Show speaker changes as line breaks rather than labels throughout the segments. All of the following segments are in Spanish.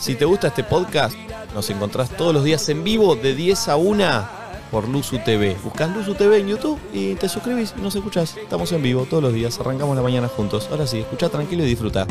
Si te gusta este podcast, nos encontrás todos los días en vivo de 10 a 1 por Luzu TV. Buscás Luzu TV en YouTube y te suscribís y nos escuchás. Estamos en vivo todos los días, arrancamos la mañana juntos. Ahora sí, escucha tranquilo y disfruta.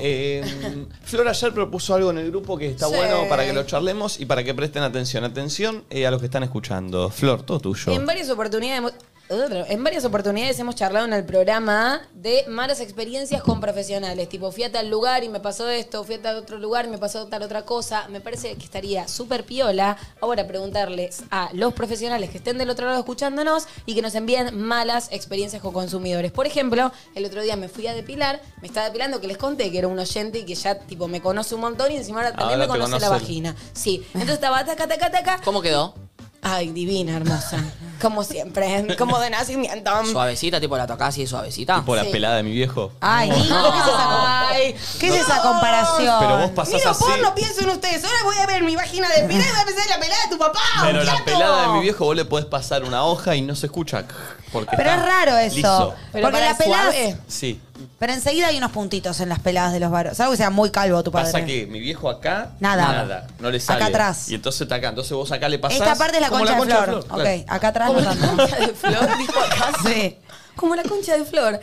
Eh, Flor ayer propuso algo en el grupo que está
Sí.
bueno para que lo charlemos y para que presten atención. Atención eh, a los que están escuchando. Flor, todo tuyo.
En varias oportunidades hemos- Otro. en varias oportunidades hemos charlado en el programa de malas experiencias con profesionales. Tipo, fui a tal lugar y me pasó esto, fui a tal otro lugar y me pasó tal otra cosa. Me parece que estaría súper piola ahora preguntarles a los profesionales que estén del otro lado escuchándonos y que nos envíen malas experiencias con consumidores. Por ejemplo, el otro día me fui a depilar, me estaba depilando que les conté que era un oyente y que ya tipo me conoce un montón y encima ahora también
Ahora
me
te
conoce la
conoce el-
vagina. Sí, entonces estaba taca, taca, taca.
¿Cómo quedó?
Ay, divina, hermosa. Como siempre, como de nacimiento.
Suavecita, tipo la tocás y es suavecita.
Por la pelada de mi viejo.
Ay,
Ay,
¿qué es esa comparación?
Pero vos pasás
miro
así.
porno, pienso en ustedes. Ahora voy a ver mi vagina de pelada y voy a pensar en la pelada de tu papá.
Pero la
gato.
pelada de mi viejo vos le podés pasar una hoja y no se escucha. Porque
Pero
está
es raro eso.
liso.
Pero
porque
para
las peladas.
suave.
Sí.
Pero enseguida hay unos puntitos en las peladas de los varones. Algo que sea muy calvo tu padre.
Pasa que mi viejo acá.
Nada.
No le sale.
Acá atrás.
Y entonces está acá. Entonces vos acá le pasás.
Esta parte es la
como
concha, de flor.
claro.
Ok, acá atrás no tanto.
Concha de flor, dijo acá.
Sí.
Como la concha de flor.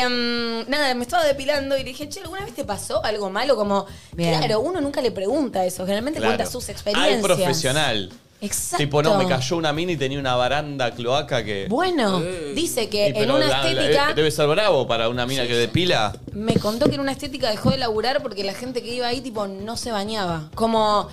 Em, nada, me estaba depilando y le dije, che, ¿alguna vez te pasó algo malo? Como,
Bien.
claro, uno nunca le pregunta eso. Generalmente
Claro.
cuenta sus experiencias.
Al profesional.
Exacto.
Tipo, no, me cayó una mina y tenía una baranda cloaca que.
Bueno, dice que
Y
en
Eh. pero
una
la- eh, la-
estética...
debe ser bravo para una mina que depila.
me contó que en una estética dejó de laburar porque la gente que iba ahí, tipo, no se bañaba. Como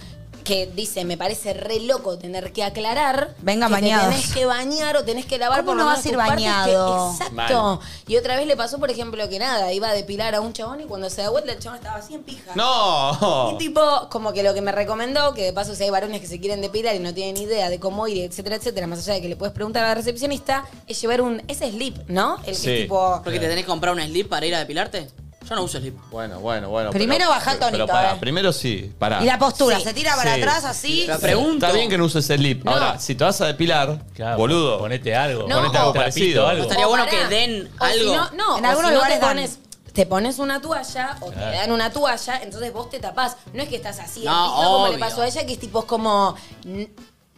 que dice, me parece re loco tener que aclarar.
Venga
que te
bañados.
tenés que bañar o tenés que lavar
¿Cómo
por
no
lo menos
vas a ir
tus partes que-
bañado?
exacto. Y otra vez le pasó, por ejemplo, que nada, iba a depilar a un chabón y cuando se da vuelta el chabón estaba así en pija.
¡No!
Y tipo, como que lo que me recomendó, que de paso si hay varones que se quieren depilar y no tienen idea de cómo ir, etcétera, etcétera, más allá de que le puedes preguntar a la recepcionista, es llevar un... ese slip, ¿no? El que es
Sí.
tipo...
¿Porque te tenés que comprar un slip para ir a depilarte? Yo no uso slip.
Bueno, bueno, bueno.
Primero
pero-
baja el
pero-
tonito,
Pero pará,
eh.
primero sí, pará.
Y la postura,
Sí.
se tira para
Sí.
atrás así.
La pregunta.
Está bien que no uses el lip. Ahora, si te vas a depilar,
Claro,
boludo.
Ponete algo.
No.
ponete algo
O-
parecido. Algo.
Estaría bueno
pará.
que den
O si
algo.
no, no,
En
o
algunos
si no
lugares
te
dan.
pones, te pones una toalla o te dan una toalla, entonces vos te tapás. No es que estás así,
No,
en pija como le
obvio.
pasó a ella, que es tipo es como. n-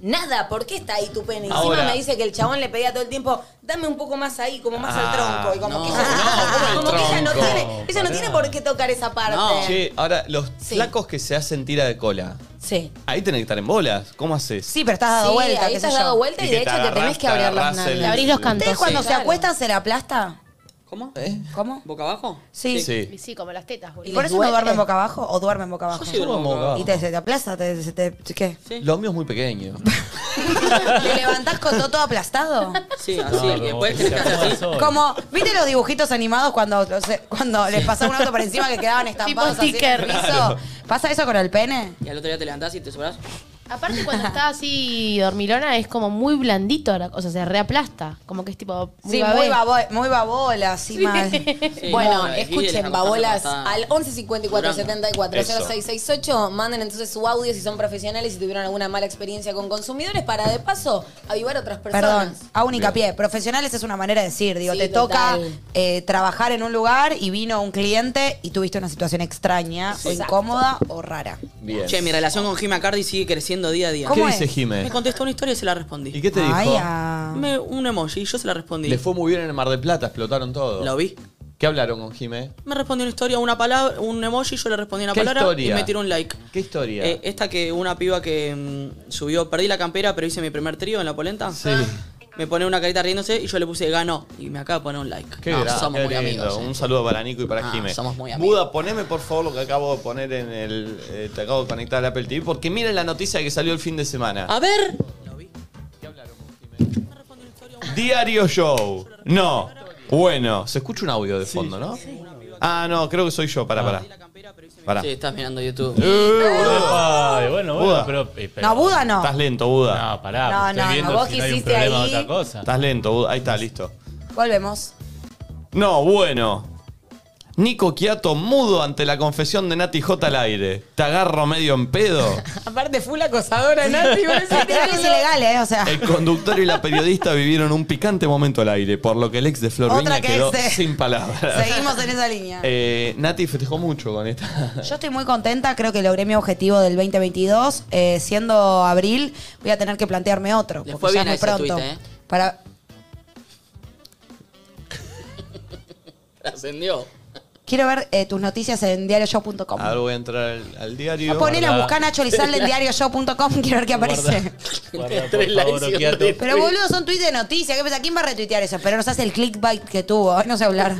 Nada, ¿por qué está ahí tu pene? Encima
Ahora-
me dice que el chabón le pedía todo el tiempo, dame un poco más ahí, como más al
Ah,
tronco. Y como
no.
que ella,
No, ¿cómo el
como que ella no
tronco?
tiene, ella no tiene por qué tocar esa parte.
No.
Che, ahora, los
Sí.
flacos que se hacen tira de cola,
Sí.
ahí tenés que estar en bolas. ¿Cómo haces?
Sí, pero estás dado
Sí,
vuelta,
ahí
qué
te
sé
has
yo.
dado vuelta y,
Y que
de
te
hecho te
agarrás,
tenés que
te
abrir las
agarrás
nalgas.
el-
Te abrís los
Sí.
cantos.
¿Ustedes cuando
sí.
se
Claro.
acuestan se le aplasta?
¿Cómo?
¿Eh?
¿Cómo?
¿Boca abajo?
Sí.
Y sí, como las tetas,
Y
boludo.
¿Por
les
eso no
duele.
duermen boca abajo o duermen boca
Ah,
abajo?
sí duermo
¿Cómo?
boca abajo.
¿Y te, se te aplasta? Te, se te- ¿Qué?
Sí.
Los míos muy pequeños.
¿Te levantás con todo, todo aplastado?
Sí,
No,
así.
como
y
que
después
se
tenés que hacer
acomoda
así.
solo.
Como, ¿viste los dibujitos animados cuando, los- eh, cuando les pasaba un auto por encima que quedaban estampados
Tipo
así en el
sticker.
piso? ¿Pasa eso con el pene?
Y al otro día te levantás y te sobrás.
Aparte, cuando está así dormilona, es como muy blandito. la- O sea, se reaplasta. Como que es tipo. Muy
Sí, muy,
babé.
babo- muy babola, así mal.
Sí,
Bueno,
no, y les
escuchen,
acostás
babolas,
acostada.
al 11 54
Durando.
74
Eso.
0668. Manden entonces su audio si son profesionales y tuvieron alguna mala experiencia con consumidores para de paso avivar a otras
Perdón,
personas.
a un hincapié. Profesionales es una manera de decir, digo,
Sí,
te
total.
toca eh, trabajar en un lugar y vino un cliente y tuviste una situación extraña, o
Exacto.
incómoda o rara.
Bien.
Che, mi relación con Jimmy Cardi sigue creciendo día a día.
¿Qué
¿Cómo
dice
es?
Jimé?
Me contestó una historia y se la respondí.
¿Y qué te
Ay,
dijo?
ah.
Me- un emoji y yo se la respondí.
Le fue muy bien en el Mar del Plata, explotaron todo.
Lo vi.
¿Qué hablaron con Jimé?
Me respondió una historia, una palabra, un emoji, yo le respondí una
¿Qué
palabra
historia?
y me tiró un like.
¿Qué historia?
Eh, esta que una piba que mm, subió, perdí la campera, pero hice mi primer trío en la polenta.
Sí.
Me pone una carita riéndose y yo le puse ganó. Y me acaba de poner un like.
Qué
No,
gra-
somos
qué
muy
lindo.
amigos. eh.
Un saludo para Nico y para
Ah,
Jimé.
somos muy amigos.
Buda, poneme por favor lo que acabo de poner en el. eh, te acabo de conectar al Apple TV porque miren la noticia que salió el fin de semana.
A ver.
Diario Show. No. Bueno, se escucha un audio de fondo, ¿no? Ah, no, creo que soy yo. Pará, pará. Pará.
Sí, estás mirando YouTube.
Eh, boludo.
Ay, bueno, bueno,
Buda.
pero, eh, pero-
No, Buda no.
Estás lento, Buda.
No, pará.
No,
estoy
no,
viendo
no, vos
si no hay un
quisiste
problema de
ahí-
otra cosa.
Estás lento, Buda. Ahí está, listo.
Volvemos.
No, bueno. Nico Quiato mudo ante la confesión de Nati J al aire. Te agarro medio en pedo.
Aparte, full acosadora, Nati. por eso te
Creo que es
digo.
ilegal, ¿eh? O sea,
El conductor y la periodista vivieron un picante momento al aire, por lo que el ex de Flor
Otra
Viña
que
quedó
ex de-
sin palabras.
seguimos en esa línea.
Eh, Nati festejó mucho con esta.
Yo estoy muy contenta, creo que logré mi objetivo del 2022. Eh, siendo abril, voy a tener que plantearme otro.
Le
porque
fue
ya
bien
es
a
muy
ese
pronto.
tuit, ¿eh?
Para,
Trascendió.
quiero ver eh, tus noticias en diarioshow.com.
Ahora voy a entrar al, al diario.
Ponele a
Guarda.
buscar Nacho Lizalde en diarioshow.com, quiero ver qué aparece.
Guarda, por
Tres likes
favor,
y un
Occhiato.
retweet.
Pero boludo, son tweets de noticias. ¿Qué pensás? ¿Quién va a retuitear eso? Pero nos hace el clickbait que tuvo. Ay, No sé hablar.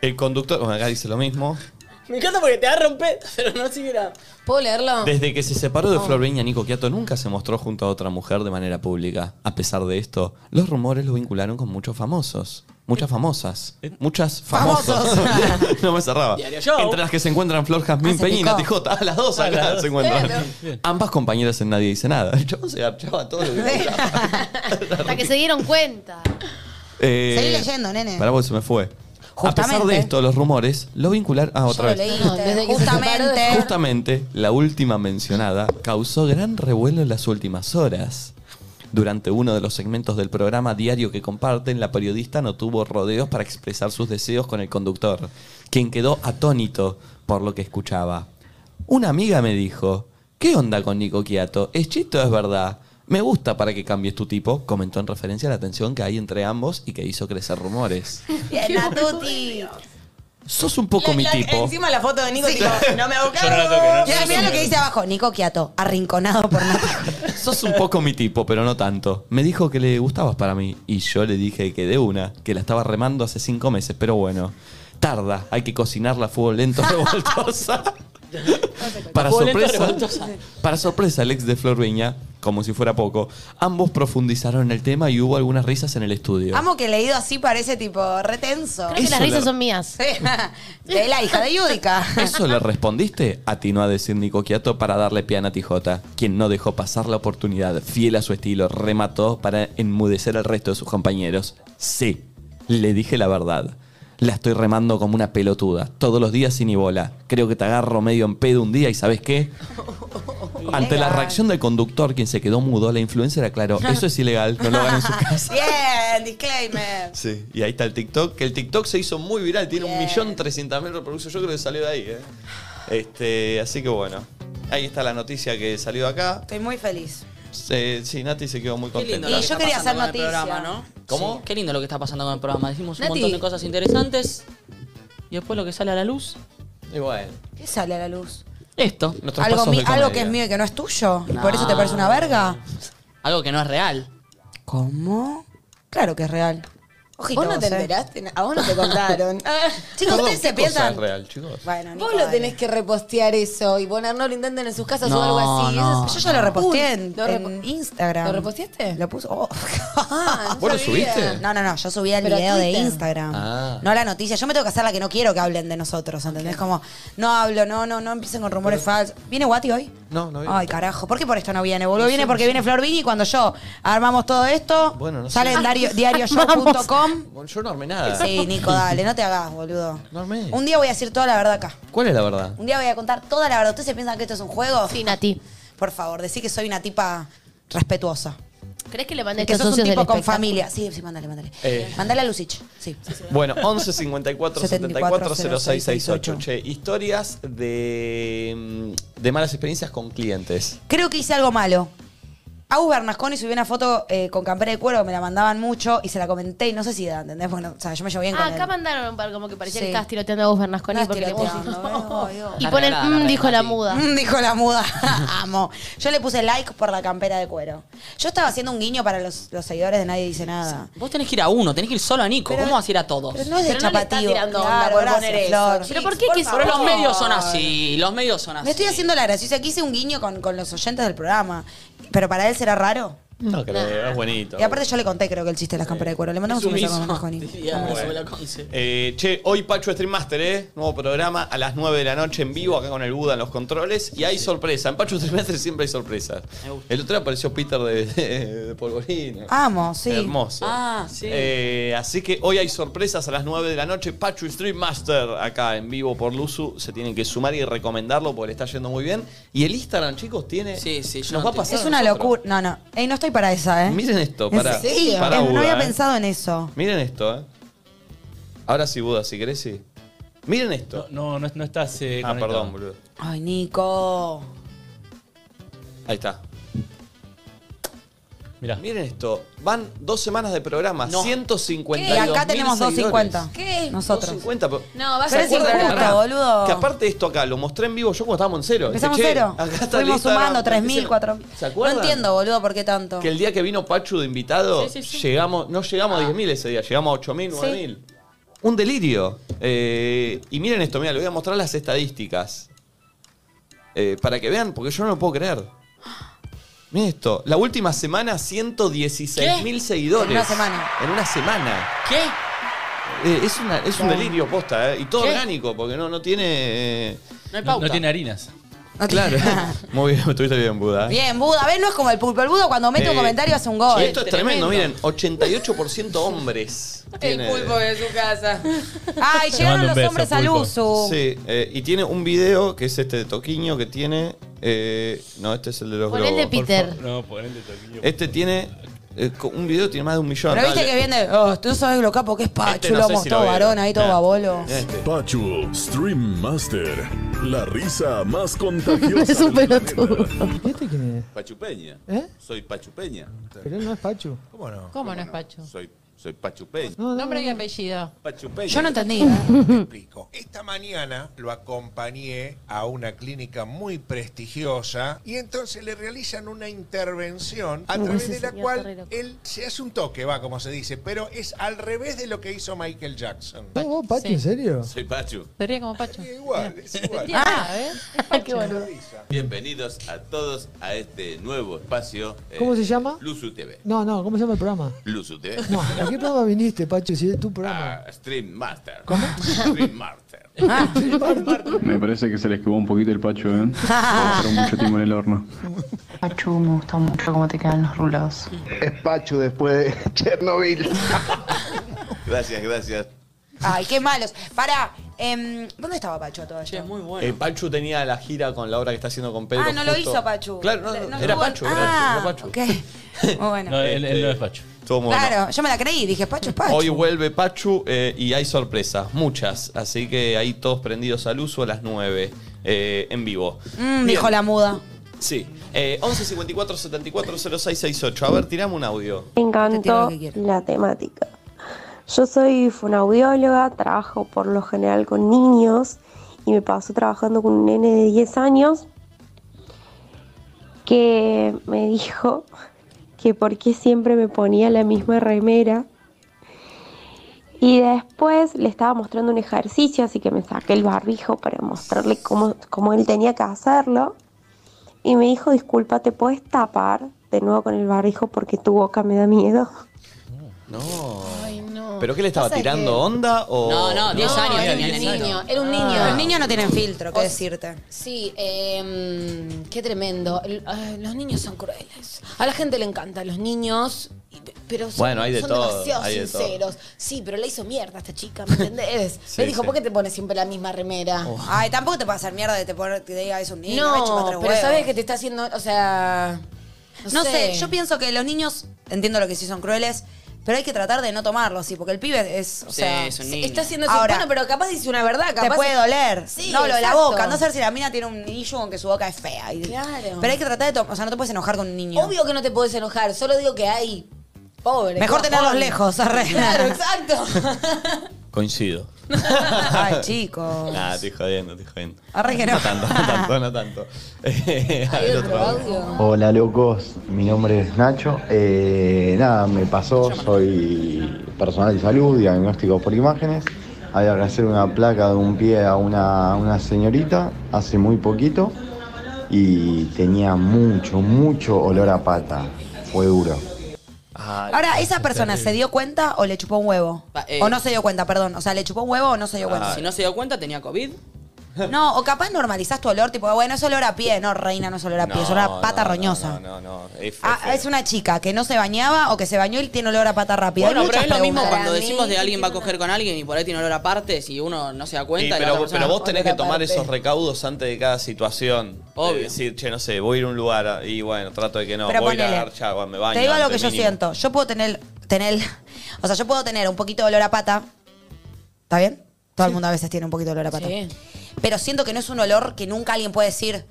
El conductor, bueno, acá dice lo mismo.
Me encanta porque te va a romper, pero no siquiera.
¿Puedo leerlo?
Desde que se separó de Flor Viña, Nico Quiato nunca se mostró junto a otra mujer de manera pública. A pesar de esto, los rumores lo vincularon con muchos famosos. Muchas famosas. Muchas famosas. no me cerraba.
Diario Show.
Entre las que se encuentran Flor
Ah,
Jazmín
se
Peña y
picó.
Nati J. A las dos acá se encuentran.
Claro.
Ambas compañeras en Nadie Dice Nada. El chabón se garchaba todo lo que
Hasta que se dieron cuenta.
eh,
Seguí leyendo, nene.
Pará, porque se me fue. A pesar
Justamente.
de esto, los rumores lo vincularon. Ah, otra
Yo lo
vez.
leí.
No, desde que se
Justamente.
separó de-
Justamente, la última mencionada causó gran revuelo en las últimas horas. Durante uno de los segmentos del programa diario que comparten, la periodista no tuvo rodeos para expresar sus deseos con el conductor, quien quedó atónito por lo que escuchaba. Una amiga me dijo, ¿qué onda con Nico Quiato? ¿Es chiste o es verdad? Me gusta para que cambies tu tipo, comentó en referencia a la tensión que hay entre ambos y que hizo crecer rumores.
Bien, Natuti.
Sos un poco mi tipo.
Encima la foto de Nico, tipo, no me hago
Yo no la
cargo.
toqué, no la toqué.
Mira, mira lo que dice abajo. Nico Quiato, arrinconado por Nati.
Sos un poco mi tipo, pero no tanto. Me dijo que le gustabas para mí y yo le dije que de una, que la estaba remando hace cinco meses, pero bueno. Tarda, hay que cocinarla a fuego lento revoltosa. para,
Fuego lento,
sorpresa,
revoltosa.
para sorpresa, el ex de Flor Viña, como si fuera poco, ambos profundizaron en el tema y hubo algunas risas en el estudio.
Amo que leído así parece tipo retenso.
Creo que
Eso
las risas
la-
son mías.
De la hija de Yudica.
¿Eso le respondiste? Atinó a decir Nico Quiato para darle pie a Nati Jota, quien no dejó pasar la oportunidad. Fiel a su estilo, remató para enmudecer al resto de sus compañeros. Sí, le dije la verdad. La estoy remando como una pelotuda, todos los días sin y bola. Creo que te agarro medio en pedo un día y ¿sabes qué? Ante la
Ilegal.
reacción del conductor, quien se quedó mudo, la influencer aclaró, eso es ilegal, no lo hagan en su casa.
Bien, disclaimer.
Sí, y ahí está el TikTok, que el TikTok se hizo muy viral, tiene un millón trescientas mil reproducciones, yo creo que salió de ahí, ¿eh? Este, así que bueno, ahí está la noticia que salió acá.
Estoy muy feliz.
Se- sí, Nati se quedó muy
Qué lindo.
contenta.
Y
lo que
yo
está
quería
pasando
hacer
con el
noticia.
programa, ¿no?
¿Cómo?
Sí, Qué lindo lo que está pasando con el programa. Dijimos un
Nati.
montón de cosas interesantes. Y después lo que sale a la luz,
Y bueno,
¿Qué sale a la luz?
esto.
nuestros
¿Algo,
pasos
mi-
de comedia.
algo que es mío y que no es tuyo. ¿Y por eso te parece una verga?
Algo que no es real.
¿Cómo? Claro que es real. Ojito,
¿Vos no te
eh.
enteraste? A vos no te contaron. Ah,
Chicos,
Perdón,
ustedes
¿qué cosa
se piensan.
es real, chicos?
Bueno,
Vos
Nico,
lo
dale.
tenés que repostear eso y poner no lo intenten en sus casas o
No,
algo así.
no.
Eso
Yo
es-
ya lo reposteé
Uy,
en,
lo repo-
en Instagram.
¿Lo reposteaste?
Lo puse. oh.
Ah,
¿Vos lo
sabía.
subiste?
No, no, no, yo subí el
Pero a
video de
Twitter.
Instagram.
Ah.
No la noticia. Yo me tengo que hacer la que no quiero que hablen de nosotros, ¿entendés? Como, no hablo, no, no, no empiecen con rumores falsos. ¿Viene Guati hoy?
No, no viene.
Ay, carajo, ¿por qué por esto no viene, boludo? Viene porque viene Flor Vini y cuando yo armamos todo esto,
Bueno, no sé.
sale en dario- diarioshow.com.
Bueno, Yo no armé nada.
Sí, Nico, dale, no te hagas, boludo.
No armé.
Un día voy a decir toda la verdad acá.
¿Cuál es la verdad?
Un día voy a contar toda la verdad. ¿Ustedes se piensan que esto es un juego?
Sí, Nati.
Por favor, decí que soy una tipa respetuosa.
¿Crees que le mandé
Y que
estos
sos un
socios del
tipo con
espectáculo? Ah,
familia. Sí, sí, mándale, mándale.
Eh.
Mándale a Lucich. Sí.
Bueno, 11 54 74 06 68.
68.
Che, historias de, mm, de malas experiencias con clientes.
Creo que hice algo malo. Agus Bernasconi subió una foto eh, con campera de cuero, me la mandaban mucho y se la comenté y no sé si da, ¿entendés? Bueno, o sea, yo me llevo bien
Ah,
con
acá
él.
mandaron un par como que parecía
Sí.
que estabas tiroteando a vos Bernasconi
Estás
porque le
tiroteando,
pusiste-
¿no? Ay, Dios.
Y
La
ponen,
regalada,
"Mm",
la
dijo la
regalada, sí.
muda.
Mm, Dijo la muda. Amo. Yo le puse like por la campera de cuero. Yo estaba haciendo un guiño para los, los seguidores de Nadie Dice Nada.
Vos tenés que ir a uno, tenés que ir solo a Nico. ¿Cómo vas a ir a todos?
Pero no es de
Pero no le está
chapativo.
tirando onda
claro,
por
gracias,
poner eso, Ah,
Flor.
chicos,
¿por qué
por
quis-
favor.
Pero los
Oh.
medios son así, los medios son así.
Me estoy haciendo la graciosa. Aquí hice un guiño con, con los oyentes del programa. Pero para él será raro.
No creo, es bonito.
Mm. Y aparte yo le conté, creo que el chiste de las camperas de cuero. Le mandamos un beso a Manuel Masconi.
Diría,
Bueno.
sobre la conce.
Eh, che, hoy Pacho Stream Master, ¿eh? Nuevo programa a las 9 de la noche en vivo, acá con el Buda en los controles. Y hay sorpresa. En Pacho Stream Master siempre hay sorpresas.
Me gusta.
El otro día apareció Peter de, de, de Polvorino.
Amo, sí.
Hermoso.
Ah, sí.
Eh, así que hoy hay sorpresas a las 9 de la noche. Pachu Stream Master acá en vivo por Luzu. Se tienen que sumar y recomendarlo porque le está yendo muy bien. Y el Instagram, chicos, tiene.
Sí, sí, yo
Nos
no
va a pasar.
Es
a
una
nosotros.
locura. No, no. Ey, no estoy para esa, ¿eh?
Miren esto,
¿En
para.
serio?
para
Eh, no había
Buda, eh.
pensado en eso.
Miren esto, ¿eh? Ahora sí, Buda, si querés, sí. Miren esto.
No, no, no estás. eh,
ah,
conectado.
perdón, boludo.
Ay, Nico.
Ahí está.
Mirá.
Miren esto. Van dos semanas de programa.
No.
152
Y acá tenemos 250.
¿Qué?
Nosotros.
250. pero-
No, va a
Pero
ser
es injusto,
siempre.
Pará,
boludo.
Que aparte esto acá lo mostré en vivo yo cuando estábamos en cero. Dije,
Empezamos
"Che,
cero.
acá está el
Fuimos
Instagram".
sumando 3.000,
Empiecen-
4.000.
¿Se acuerdan?
No entiendo, boludo, por qué tanto.
Que el día que vino Pachu de invitado,
Sí, sí, sí.
llegamos, no llegamos a 10.000 ese día, llegamos a 8.000, 9.000. Un delirio. Eh, y miren esto, mira, les voy a mostrar las estadísticas. Eh, para que vean, porque yo no lo puedo creer. Miren esto, la última semana 116.000 seguidores.
En una semana.
En una semana.
¿Qué?
Eh, es una- es un delirio posta, eh, y todo
¿Qué?
orgánico, porque no, no tiene... eh,
No hay
No,
pauta.
no tiene harinas.
No te-
Claro. Muy bien, estuviste bien, Buda. eh.
Bien, Buda. ¿Ves? No es como el pulpo. El Buda cuando mete un
Eh,
comentario hace un
Y
gol.
esto es tremendo, miren, 88% hombres. tiene-
de su casa.
Ay,
mando
llegaron
un
los
beso,
hombres al
pulpo.
uso.
Sí, eh, y tiene un video que es este de Toquiño que tiene. eh, no, este es el de los
Pon el de
globos.
Por
Peter.
favor, No, ponele toquillo.
Este tiene. eh, co- un video tiene más de un millón.
Pero viste
dale.
que viene, oh, tú sabes lo capo que es
Este
Pachu,
no
lo
sé
hemos
si lo
todo
vieron.
varón ahí, todo
Nah.
babolo.
Este.
Pachu, Stream Master, la risa más contagiosa.
Es un
del
pelotudo.
planeta.
¿Este quién es?
Pachupeña.
¿Eh?
Soy Pachupeña.
Pero él no es Pachu.
¿Cómo no?
¿Cómo no es Pacho?
Soy, soy Pachupeña.
No, no,
Nombre y
no.
apellido.
Pachupeña.
Yo no entendí.
Te explico. Esta mañana lo acompañé a una clínica muy prestigiosa y entonces le realizan una intervención a
Uh,
través
ese
de la
sería
cual
Ferrero.
él se hace un toque, va, como se dice, pero es al revés de lo que hizo Michael Jackson.
¿Estás vos, Pachu,
Sí.
en serio?
Soy Pachu.
Sería como Pacho.
Es igual, es igual.
Ah, ¿eh? Qué bueno.
Bienvenidos a todos a este nuevo espacio. eh,
¿Cómo se llama?
Luzu TV.
No, no, ¿cómo se llama el programa?
Luzu TV.
No, ¿a qué programa viniste, Pachu? Si es tu programa.
Ah, Stream Master. ¿Cómo? Stream Master.
Me parece que se le esquivó un poquito el pacho, ¿eh? Pasaron mucho tiempo en el horno.
Pacho, me gusta mucho cómo te quedan los rulados.
Gracias, gracias.
Ay, qué malos. Pará, em, ¿dónde estaba Pachu a todo esto?
Che, es muy bueno.
Eh, Pachu tenía la gira con la obra que está haciendo con Pedro.
ah, no lo
justo.
hizo Pachu.
Claro, no,
Le-
no, era
estuvo-
Pachu, era,
ah,
era Pachu.
ok. Muy bueno.
No, él, él no es Pacho.
Estuvo muy bueno.
Claro, yo me la creí, dije, Pachu es Pachu.
Hoy vuelve Pachu eh, y hay sorpresas, muchas. Así que ahí todos prendidos al uso a las 9 eh, en vivo.
Mm,
Bien.
dijo la muda.
Sí. Eh, 11 54 74 06 68. A ver, tirame un audio.
Me
Te tiro lo que quieras.
la temática. Yo soy fonoaudióloga, trabajo por lo general con niños y me paso trabajando con un nene de 10 años que me dijo que por qué siempre me ponía la misma remera. Y después le estaba mostrando un ejercicio, así que me saqué el barbijo para mostrarle cómo, cómo él tenía que hacerlo. Y me dijo, disculpa, ¿te puedes tapar de nuevo con el barbijo porque tu boca me da miedo?
No.
Ay, no.
¿Pero qué le estaba tirando onda o.?
No, no, 10
No,
años
era
tenía
un
el niño.
niño. Era un niño.
Ah.
Los niños no tienen filtro, qué
O-
decirte.
Sí, eh, qué tremendo. L- ah, Los niños son crueles. A la gente le encantan los niños, y- pero son,
Bueno, hay de
son
todo,
demasiado
hay de todo.
sinceros. Sí, pero le hizo mierda a esta chica, ¿me entendés?
Sí,
le
sí.
dijo,
Oh.
¿por qué te pones siempre la misma remera?
Ay, tampoco te puede hacer mierda de te poner, que diga es un niño. me chupa tres
No, pero
huevos.
sabes que te está haciendo, o sea... No,
No sé, yo pienso que los niños, entiendo lo que sí son crueles, pero hay que tratar de no tomarlos, sí, porque el pibe es, o
Sí,
sea,
es un
Sí,
niño.
Está haciendo
Ahora-
Ahora, bueno, pero capaz dice una verdad, capaz...
te puede doler.
Sí,
no, lo de la
exacto.
boca. No sé si la mina tiene un issue aunque su boca es fea. Y-
Claro.
Pero hay que tratar de tomar. O sea, no te puedes enojar con un niño.
Obvio que no te puedes enojar, solo digo que hay... Pobre.
Mejor
cojón.
tenerlos lejos, arre.
Claro, exacto.
Coincido.
Ay, chicos.
Ah, estoy jodiendo, estoy jodiendo.
Arre que no.
No tanto, no tanto, no tanto. Eh, a ver, otro audio.
Hola locos, mi nombre es Nacho. Eh, nada, me pasó, soy personal de salud, diagnóstico por imágenes. Había que hacer una placa de un pie a una, a una señorita hace muy poquito y tenía mucho, mucho olor a pata.
fue duro.
Ahora, ¿esa persona se dio cuenta o le chupó un huevo?
Pa- eh.
O no se dio cuenta, perdón. O sea, ¿le chupó un huevo o no se dio
ah.
cuenta?
Si no se dio cuenta, tenía COVID.
No, o capaz normalizás tu olor, tipo, "Ah, bueno, es olor a pie. No, reina, no es olor a pie, es olor a pata roñosa.
No, no, no. Es,
Ah, es una chica que no se bañaba o que se bañó y tiene olor a pata rápida. Hay
Bueno, pero
muchas
es lo mismo
preguntas.
cuando decimos de alguien va a coger con alguien y por ahí tiene olor aparte, si uno no se da
Sí,
cuenta. y la
pero,
otra persona-
pero vos tenés que tomar esos recaudos antes de cada situación. Obvio. decir, che, no sé, voy a ir a un lugar ah, y bueno, trato de que no,
Pero
voy a ir a
ponele.
garchar, bueno, me baño.
Te digo lo que
antes
yo
mínimo.
siento. Yo puedo tener, tener, o sea, yo puedo tener un poquito de olor a pata. ¿Está bien? Todo el mundo a veces tiene un poquito de olor a pata. Pero siento que no es un olor que nunca alguien puede decir,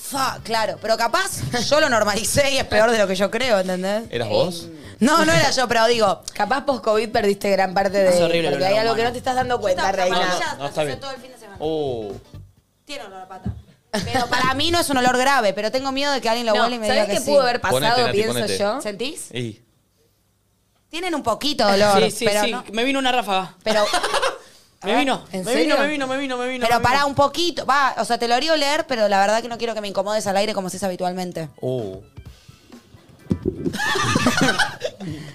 fa, claro. Pero capaz yo lo normalicé y es peor de lo que yo creo, ¿entendés?
¿Eras vos?
No, no era yo, pero digo.
Capaz post-COVID perdiste gran parte de.
Es horrible el
Porque
olor
hay
a
algo que
humano.
no te estás dando cuenta,
estaba
Reina.
trabajando
No, está bien. Oh.
Pero para mí no es un olor grave, pero tengo miedo de que alguien lo
No,
huele y me
¿sabés
diga que
qué
sí.
pudo haber pasado,
Ponete, Nati, pienso ponete. yo?
¿Sentís?
Y-
Tienen un poquito de olor,
Sí, sí,
pero
sí.
no-
Me vino una ráfaga.
Pero.
me vino.
¿En
Me vino,
serio?
me vino, me vino, me vino.
Pero
me vino.
para un poquito, va, o sea, te lo haría oler, pero la verdad que no quiero que me incomodes al aire como se hace habitualmente.
Oh.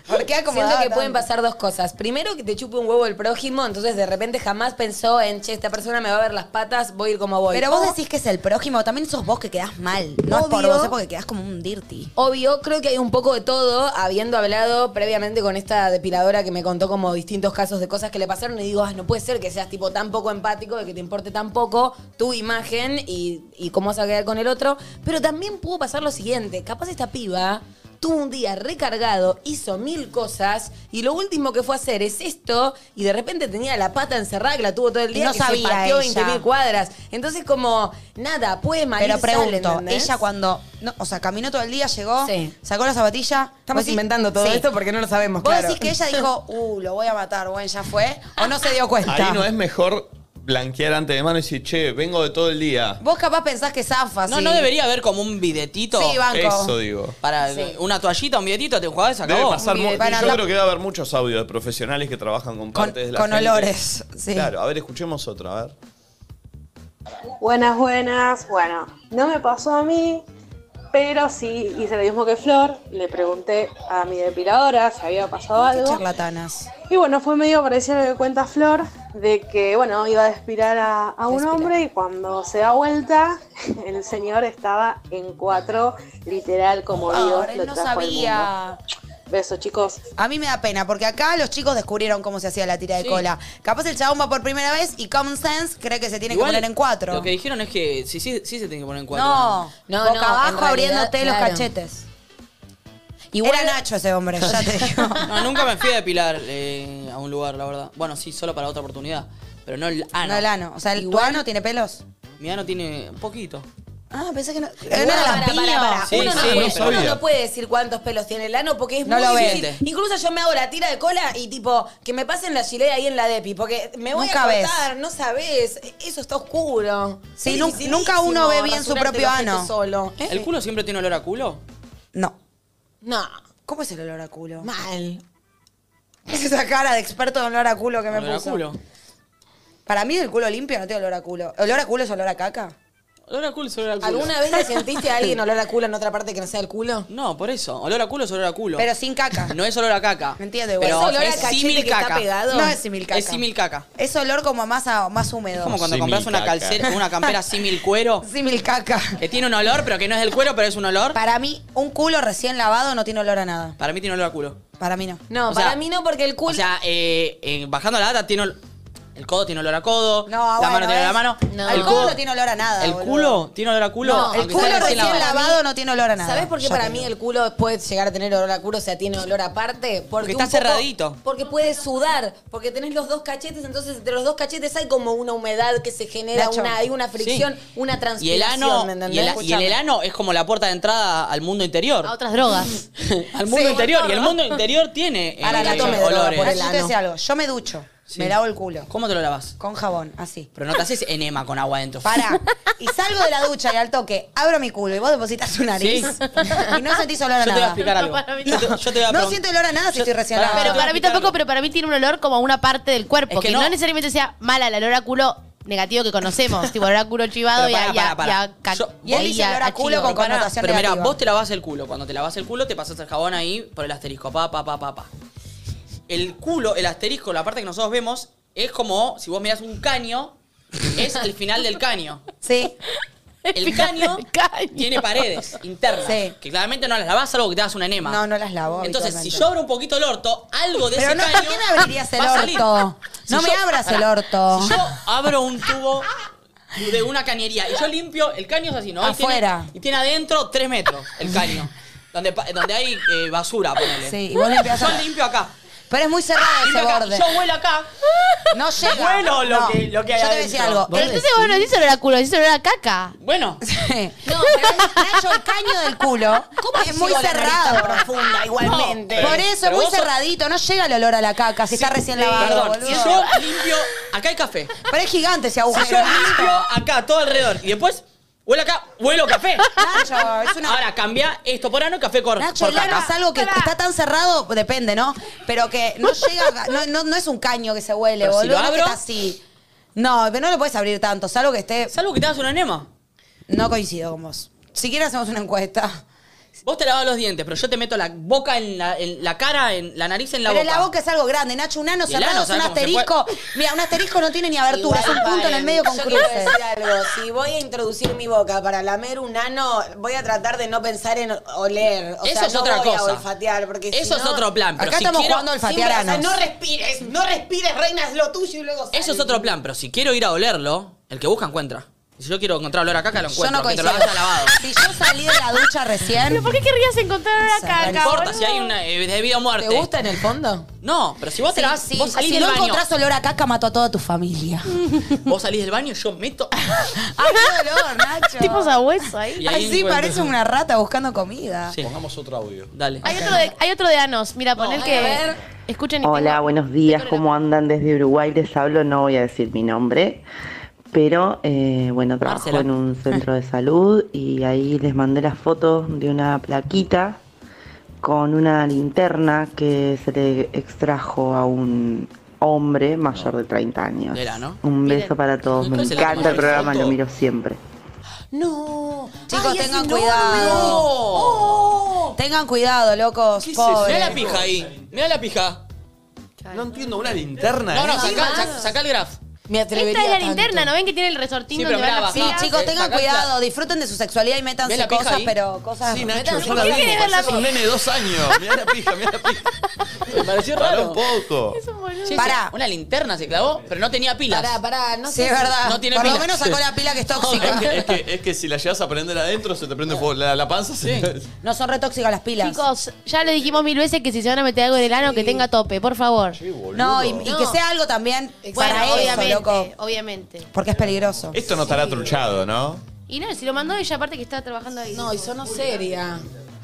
Porque ah, acomodaba
Siento que
tanto.
pueden pasar dos cosas. Primero, que te chupe un huevo el prójimo, entonces de repente jamás pensó en, che, esta persona me va a ver las patas, voy a ir como voy.
Pero vos
O-
decís que es el prójimo, también sos vos que quedás mal. No es por
Obvio.
vos, es porque quedás como un dirty.
Obvio, creo que hay un poco de todo, habiendo hablado previamente con esta depiladora que me contó como distintos casos de cosas que le pasaron y digo, ah, no puede ser que seas tipo tan poco empático, de que te importe tan poco tu imagen y, y cómo vas a quedar con el otro. Pero también pudo pasar lo siguiente, capaz esta piba tuvo un día recargado, hizo mil cosas y lo último que fue a hacer es esto y de repente tenía la pata encerrada que la tuvo todo el
Y
día
no
que
sabía
se pateó
ella.
20.000 cuadras. Entonces como, nada, puede mal
Pero
ir, sale,
pregunto,
¿entendés?
ella cuando, no, o sea, caminó todo el día, llegó,
Sí.
sacó la zapatilla.
Estamos
vos decís-
inventando todo
sí.
esto porque no lo sabemos,
Vos
claro.
decís que ella dijo, uh, lo voy a matar, bueno, ya fue, o no se dio cuenta.
Ahí no es mejor blanquear antes de mano y decir, che, vengo de todo el día.
Vos capaz pensás que zafas.
No, no debería haber como un bidetito.
Sí, banco.
Eso digo.
Para una toallita, un bidetito, te jugás, se
Debe
acabó.
pasar mu-
Bueno,
Yo
la-
creo que debe haber muchos audios de profesionales que trabajan con partes de la
con
gente.
olores, sí.
Claro, a ver, escuchemos otro, a ver.
Buenas, buenas. Bueno, no me pasó a mí, pero sí hice lo mismo que Flor. Le pregunté a mi depiladora si había pasado
Qué
algo.
charlatanas.
Y bueno, fue medio parecido a lo que cuenta Flor, de que, bueno, iba a despirar a, a un hombre y cuando se da vuelta, el señor estaba en cuatro, literal, como Dios
Ahora,
lo
no
trajo al
sabía.
mundo. Besos, chicos.
A mí me da pena, porque acá los chicos descubrieron cómo se hacía la tira de
Sí.
cola. Capaz el chabón va por primera vez y Common Sense cree que se tiene
Igual,
que poner en cuatro.
Lo que dijeron es que sí, sí, sí se tiene que poner en cuatro.
No,
No,
boca
no, en
abajo
realidad,
abriéndote los
claro.
cachetes.
Igual-
Era Nacho ese hombre, ya te digo.
No, nunca me fui a depilar eh, a un lugar, la verdad. Bueno, sí, solo para otra oportunidad. Pero Ah, no el ano.
No el ano. O sea, el
Igual-
tu ano tiene pelos.
Mi ano tiene un poquito.
Ah, pensé que no.
Pará,
Eh, no era
pará, pará, pará.
lampiño.
Sí,
uno, no
sí,
puede,
no sabía.
uno no puede decir cuántos pelos tiene el ano porque es
No
muy
lo ves.
difícil. Incluso yo me hago la tira de cola y tipo, que me pasen la gilet ahí en la depi, porque me voy
Nunca
a
ves.
cortar, no sabés, eso está oscuro. Es
Sí, nun-
dificilísimo
nunca uno ve bien su
rasurarte
propio
el ojete
ano.
Solo.
Eh.
¿Eh?
¿El culo siempre tiene olor a culo?
No.
No,
¿Cómo es el olor a culo?
mal.
Es esa cara de experto de olor a culo que me
Olor a
puso.
culo.
Para mí el culo limpio no tiene olor a culo. ¿Olor a culo es olor a caca?
Olor a culo es olor a culo.
¿Alguna vez le sentiste a alguien olor a culo en otra parte que no sea el culo?
No, por eso. Olor a culo es olor a culo.
Pero sin caca.
No es olor a caca.
Me entiendo igual.
Pero
¿Es olor a
es
cachete
símil
que está
caca.
pegado? No es símil caca.
Es símil caca.
Es olor como a más, a- más húmedo.
Es como cuando
Símil
compras una,
caca.
calcera- una campera símil cuero,
Símil caca.
que tiene un olor, pero que no es del cuero, pero es un olor.
Para mí, un culo recién lavado no tiene olor a nada.
Para mí tiene olor a culo.
Para mí no.
No,
O sea,
para mí no, porque el
O
culo.
sea, eh, eh, bajando la data, tiene ol- el codo tiene olor a codo,
No, ah,
la
bueno,
mano tiene olor a
es-
mano.
No.
El
El
culo
culo-
no tiene olor a nada.
¿El
boludo.
culo? ¿Tiene olor a culo?
No,
El
Aunque
culo
sea
recién
lavado.
lavado no tiene olor a nada.
¿Sabes por qué
Ya
para
te
mí
digo.
el culo puede llegar a tener olor a culo? O sea, tiene olor aparte. Porque,
Porque está
un poco-
cerradito.
Porque puede sudar. Porque tenés los dos cachetes, entonces entre los dos cachetes hay como una humedad que se genera,
Nacho.
una, hay una fricción,
Sí.
una
Y el
transpiración.
ano,
¿me entendés?
y el, y
Escuchame.
el ano es como la puerta de entrada al mundo interior.
A otras drogas.
al mundo
Sí.
interior. Y el mundo interior tiene eh,
Para la
eh,
tome droga
olores.
por el
Yo
ano.
te
Yo
decía
algo. Yo me ducho.
Sí.
Me lavo el culo.
¿Cómo te lo lavas?
Con jabón, así.
Pero no te haces enema con agua adentro.
Pará. Y salgo de la ducha y al toque abro mi culo y vos depositas tu nariz.
Sí.
Y no sentís olor a
Yo te voy a
nada.
explicar algo.
Para mí
Yo te, yo te voy a
No
preguntar-
siento olor a nada si
Yo-
estoy recién
Pará,
lavada.
Pero para mí
explicarlo.
tampoco, pero para mí tiene un olor como a una parte del cuerpo,
Es que
que,
no.
no necesariamente sea mala, el olor a culo negativo que conocemos, tipo olor a culo chivado
Pero
y a-
pará,
y a-
pará, pará.
y a ca-
Yo-
y a- y a- a chivo.
Pará, Pero mira, vos te lavas el culo. Cuando te lavas el culo, te pasas el jabón ahí por el asterisco. Pa, pa, pa, pa, pa. El culo, el asterisco, la parte que nosotros vemos, es como si vos mirás un caño, es el final del caño.
Sí.
El caño, tiene paredes internas.
Sí.
Que claramente no las lavás, algo que te hagas un enema.
No, no las lavo.
Entonces, si
habitualmente.
yo abro un poquito el orto, algo de
Pero
ese
no,
caño.
¿por qué me abrirías el
va a salir.
orto? No me abras el orto.
Si yo abro un tubo de una cañería y yo limpio, el caño es así, ¿no? Y tiene-
Afuera.
y tiene adentro tres metros el caño. donde, pa- donde hay eh, basura, ponele.
Sí, y vos limpias
Yo
acá.
limpio acá.
Pero es muy cerrado ese
Limpio acá.
borde.
Yo huelo acá.
No llega.
Huelo lo
No.
que- lo que hay
Yo te voy a decir
adentro.
algo.
Pero
El-
entonces vos no decís olor a culo, decís olor a caca.
Bueno.
No, pero Nacho, el caño del culo
¿Cómo
es
si
muy
sigo la nariz tan
cerrado.
profunda, igualmente?
No, por eso
Pero
es muy
vos sos-
cerradito. No llega el olor a la caca si está recién lavado,
Perdón,
boludo.
si yo limpio, acá hay café.
Pero es gigante ese agujero.
Si yo limpio acá, todo alrededor, y después huelo acá, huelo café.
Nacho, es una-
Ahora, cambia esto por ano, café cor-
Nacho,
por
el ano
caca.
es algo que está tan cerrado, depende, ¿no? Pero que no llega, no, no, no es un caño que se huele,
Pero si
boludo.
lo
no es que
abro-
está así. No, pero no lo puedes abrir tanto, salvo que esté.
Salvo que te hagas un enema.
No coincido con vos. Si quieres hacemos una encuesta.
Vos te lavas los dientes, pero yo te meto la boca en la, en la cara, en la nariz, en la
pero
boca.
la boca es algo grande, Nacho, un ano
Y el
cerrado
ano,
es un
¿sabes cómo se
asterisco. Mira, un asterisco no tiene ni abertura, es un
Igual,
punto en el medio con
yo quiero
cruces.
decir algo. Si voy a introducir mi boca para lamer un ano, voy a tratar de no pensar en oler. O
Eso
sea,
es
no
otra
voy
cosa.
A olfatear porque si
Eso es
no-
otro plan. Pero
Acá
si
estamos
quiero-
jugando al
Siempre, o
fatear
sea,
anos.
no respires, no respires, reina, es lo tuyo y luego sale.
Eso es otro plan, pero si quiero ir a olerlo, el que busca encuentra. Y Si yo quiero encontrar olor a caca, lo
Yo
encuentro,
no
aunque te
coincido.
lo hayas lavado.
Si yo salí de la ducha recién.
¿Pero por qué querrías encontrar olor a caca?
No importa
boludo?
si hay una eh, de vida o muerte.
¿Te gusta en el fondo?
No, pero si vos
Sí,
te lavas,
sí,
vos salís
si
del
no
baño. Mm.
encontrás olor a caca, mató a toda tu familia.
Vos salís del baño, yo meto.
Ay, qué olor, Nacho.
Tipos a hueso ahí.
Y ahí
Ay, sí,
encuentro-
parece una rata buscando comida.
Pongamos otro audio.
Dale.
Hay otro de, hay otro de Anos, mira, pon el
ay,
que.
a ver.
Escuchen este- y
Hola,
tengo-
buenos días, ¿cómo andan desde Uruguay? Les hablo, no voy a decir mi nombre, pero eh, bueno, trabajo
Marcela.
en un centro de salud y ahí les mandé la foto de una plaquita con una linterna que se le extrajo a un hombre mayor de 30 años.
Era, ¿no?
Un beso para todos, me
¿Cuál es la
encanta
mayor
el programa,
foto?
lo miro siempre.
No.
Chicos,
Ay, es
tengan
enorme.
cuidado.
¡Oh!
Tengan cuidado, locos.
¿Qué es eso?
Pobre.
Mirá la pija ahí. Mirá la pija.
No entiendo, una linterna.
No, no,
¿eh?
saca, saca, saca el graf.
Me
Esta
atrevería
es la
tanto.
linterna, ¿no ven que tiene el resortín
Sí, pero
donde van
mirá,
las
baja.
Sí,
pilas?
chicos,
eh,
tengan
sacá
cuidado. Disfruten de su sexualidad y
Ve
métanse
la pija
cosas,
ahí.
pero cosas.
Sí, Nacho,
métanse-
yo la vi.
qué querés ver la
Pareces un
pija?
nene de dos años. Mirá la pija, mirá la pija.
Me pareció
Pará
raro.
un poco.
Sí, sí,
Pará.
Una linterna se clavó, pero no tenía pilas.
Pará, pará, no
Sí,
sé.
es
si-
verdad.
No tiene
Por lo
pila.
menos sacó la pila que es
Es
tóxica.
que, es, que, es que si la llevas a prender adentro, se te prende fuego. La, la panza se.
No son re tóxicas las pilas.
Chicos, ya lo dijimos mil veces que si se van a meter algo en el ano, que tenga tope, por favor.
no, y, y que
No.
sea algo también
Bueno,
para eso,
obviamente,
loco.
obviamente.
Porque es peligroso.
Esto no estará truchado, ¿no?
Y no, si lo mandó ella, aparte que está trabajando ahí.
No, y sonó seria.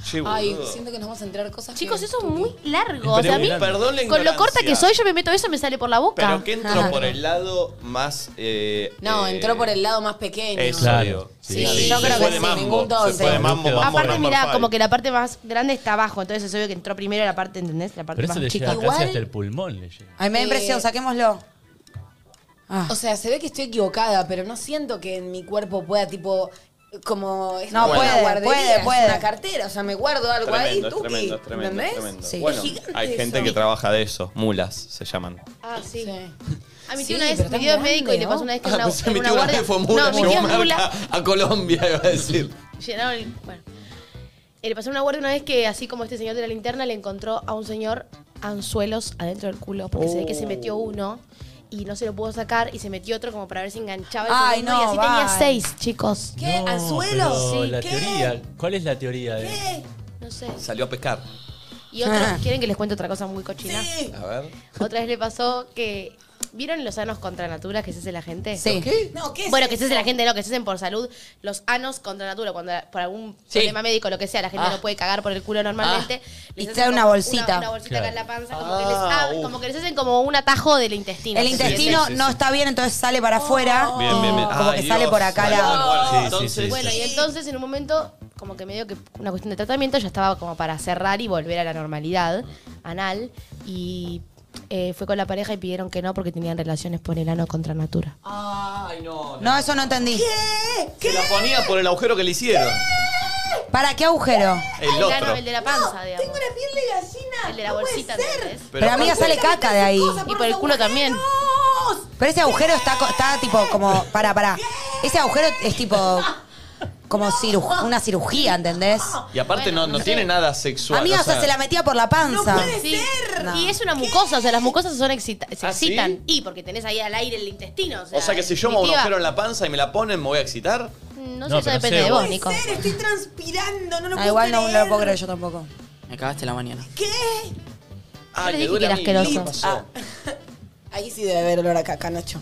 Che,
Ay,
boludo.
siento que nos vamos a enterar cosas.
Chicos,
que-
eso es muy largo. O
Pero
sea, a mí,
perdón la
con lo
ignorancia.
corta que soy, yo me meto eso y me sale por la boca.
Pero que entró por el lado más. eh,
No,
eh,
entró por el lado más pequeño.
Eso,
Claro.
digo.
Sí, yo
se
creo
fue
que
de
sin ningún
mambo. Se
dulce.
fue de mambo,
Pero
mambo,
Aparte,
mambo,
mirá,
fal.
como que la parte más grande está abajo, entonces es obvio que entró primero la parte, ¿entendés? La parte
Pero eso le
más
llega
chica.
casi
Igual-
hasta el pulmón, le llega.
Ay, me da
Eh,
impresión, saquémoslo. Ah.
O sea, se ve que estoy equivocada, pero no siento que en mi cuerpo pueda, tipo, como. Es
No,
como
puede,
una guardería,
puede,
es
puede.
una cartera. O sea, me guardo algo
Tremendo,
ahí,
es
tuki.
tremendo, es tremendo, es
¿Entendés?
tremendo.
Sí.
Bueno,
Es gigante
hay gente
eso.
que trabaja de eso, mulas se llaman.
Ah, sí.
Sí.
A mi
Sí,
tío
pero
una vez, mi
tan
tío es médico y
grande,
le pasó
¿no?
una vez que en
Ah,
una,
pensé,
en
mi
una
tío una
guardia.
vez fue mula,
no, mi
llevó
tío es
marca
mula.
a Colombia, iba a decir.
Llenaron el- Bueno. Eh, le pasó una guardia una vez que, así como este señor de la linterna, le encontró a un señor anzuelos adentro del culo. Porque se ve que se
Oh.
metió uno y no se lo pudo sacar y se metió otro como para ver si enganchaba el
Ay,
segundo,
no,
y así
bye.
tenía seis, chicos.
¿Qué?
No,
¿Anzuelos?
pero
Sí.
La
¿Qué?
teoría, ¿cuál es la teoría de
No sé.
Salió a pescar.
Y
Ah.
otros, ¿quieren que les cuente otra cosa muy cochina?
A ver.
Otra vez le pasó que. ¿Vieron los anos contra natura que se hace la gente?
Sí.
No, ¿qué es
Bueno, que
eso?
se hace la gente, no, que se hacen por salud. Los anos contra natura, cuando la- por algún
Sí.
problema médico, lo que sea, la gente
Ah.
no puede cagar por el culo normalmente. les
Y
hacen
trae una
como
bolsita.
Una, una bolsita acá en la panza, como, que les,
Ah,
ab-
uf.
como que les hacen como un atajo del intestino.
El
¿se entiende?
intestino
sí, sí,
no
sí.
está bien, entonces sale para afuera.
Oh.
Bien, bien, bien.
Como
Ay,
que sale
Ah,
Dios.
por acá
Bueno,
la.
bueno, bueno,
Sí, sí,
entonces-
sí, sí.
Bueno, y entonces en un momento, como que medio que una cuestión de tratamiento, ya estaba como para cerrar y volver a la normalidad anal. Y eh, fue con la pareja y pidieron que no porque tenían relaciones por el ano contra natura.
Ay, no.
No, eso no entendí.
Se la ponía por el agujero que le hicieron.
¿Para qué agujero?
El
El
otro.
ano, el de la panza, digamos.
Tengo la piel de gallina.
El de la bolsita, ¿entendés?
Pero, a mí ya sale caca de ahí.
Y por el culo también.
Pero ese agujero está, co- está tipo como. Para, para. Ese agujero es tipo. Como ciru- una cirugía, ¿entendés?
Y aparte no, no tiene nada sexual.
Amiga,
o sea,
se la metía por la panza.
Sí. Y es una mucosa, o sea, las mucosas son excita- se
¿Ah, sí?
excitan. Y porque tenés ahí al aire el intestino. O sea,
o sea que si yo me hago un
definitiva,
agujero en la panza y me la ponen, ¿me voy a excitar?
No,
No,
sé, eso
pero
depende
sé
de
vos.
vos, Nico.
Estoy transpirando, no lo
Ah,
puedo
igual no,
creer.
no lo puedo creer yo tampoco.
Me cagaste la mañana.
Ay,
le
me
dije
ah, duele a
que era
mí.
asqueroso.
¿Qué pasó?
Ah. Ahí sí debe haber olor a caca, Nacho.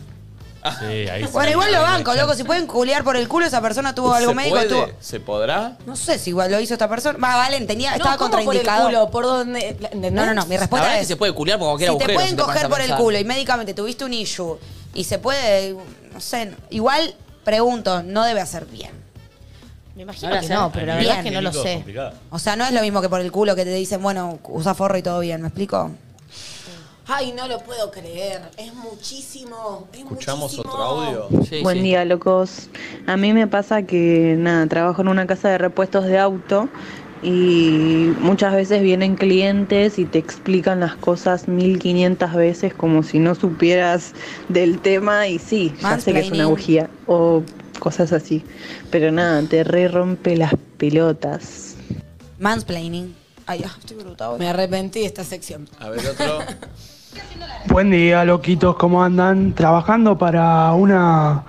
Sí, ahí sí.
Bueno, igual lo banco, loco. Si pueden culear por el culo, esa persona tuvo algo
¿Se
médico.
puede?
tuvo-
¿Se podrá?
No sé si igual lo hizo esta persona. Va, Valen, tenía,
No,
estaba
¿cómo
contraindicado.
Por el culo, por donde. la- ¿entendés?
No, no, no, mi
La verdad
respuesta
es
es.
que se puede culiar por
Si
cualquier agujero.
te pueden
si
coger
pones a
por el
pensar.
culo y médicamente tuviste un issue y se puede, no sé, igual pregunto, no debe hacer bien.
Me imagino que no, pero la
Bien.
verdad es que no lo sé.
O sea, no es lo mismo que por el culo que te dicen, bueno, usa forro y todo bien, ¿me explico?
Ay, no lo puedo creer. Es muchísimo. Es
¿Escuchamos
muchísimo.
otro audio?
Buen día, locos. A mí me pasa que, nada, trabajo en una casa de repuestos de auto y muchas veces vienen clientes y te explican las cosas 1500 veces como si no supieras del tema y sí, ya sé que es una
Mansplaining.
bujía o cosas así. Pero nada, te re rompe las pelotas.
Mansplaining. Ay, ah, estoy brutal.
Me arrepentí de esta sección.
A ver, otro.
Buen día, loquitos, ¿cómo andan? Trabajando para una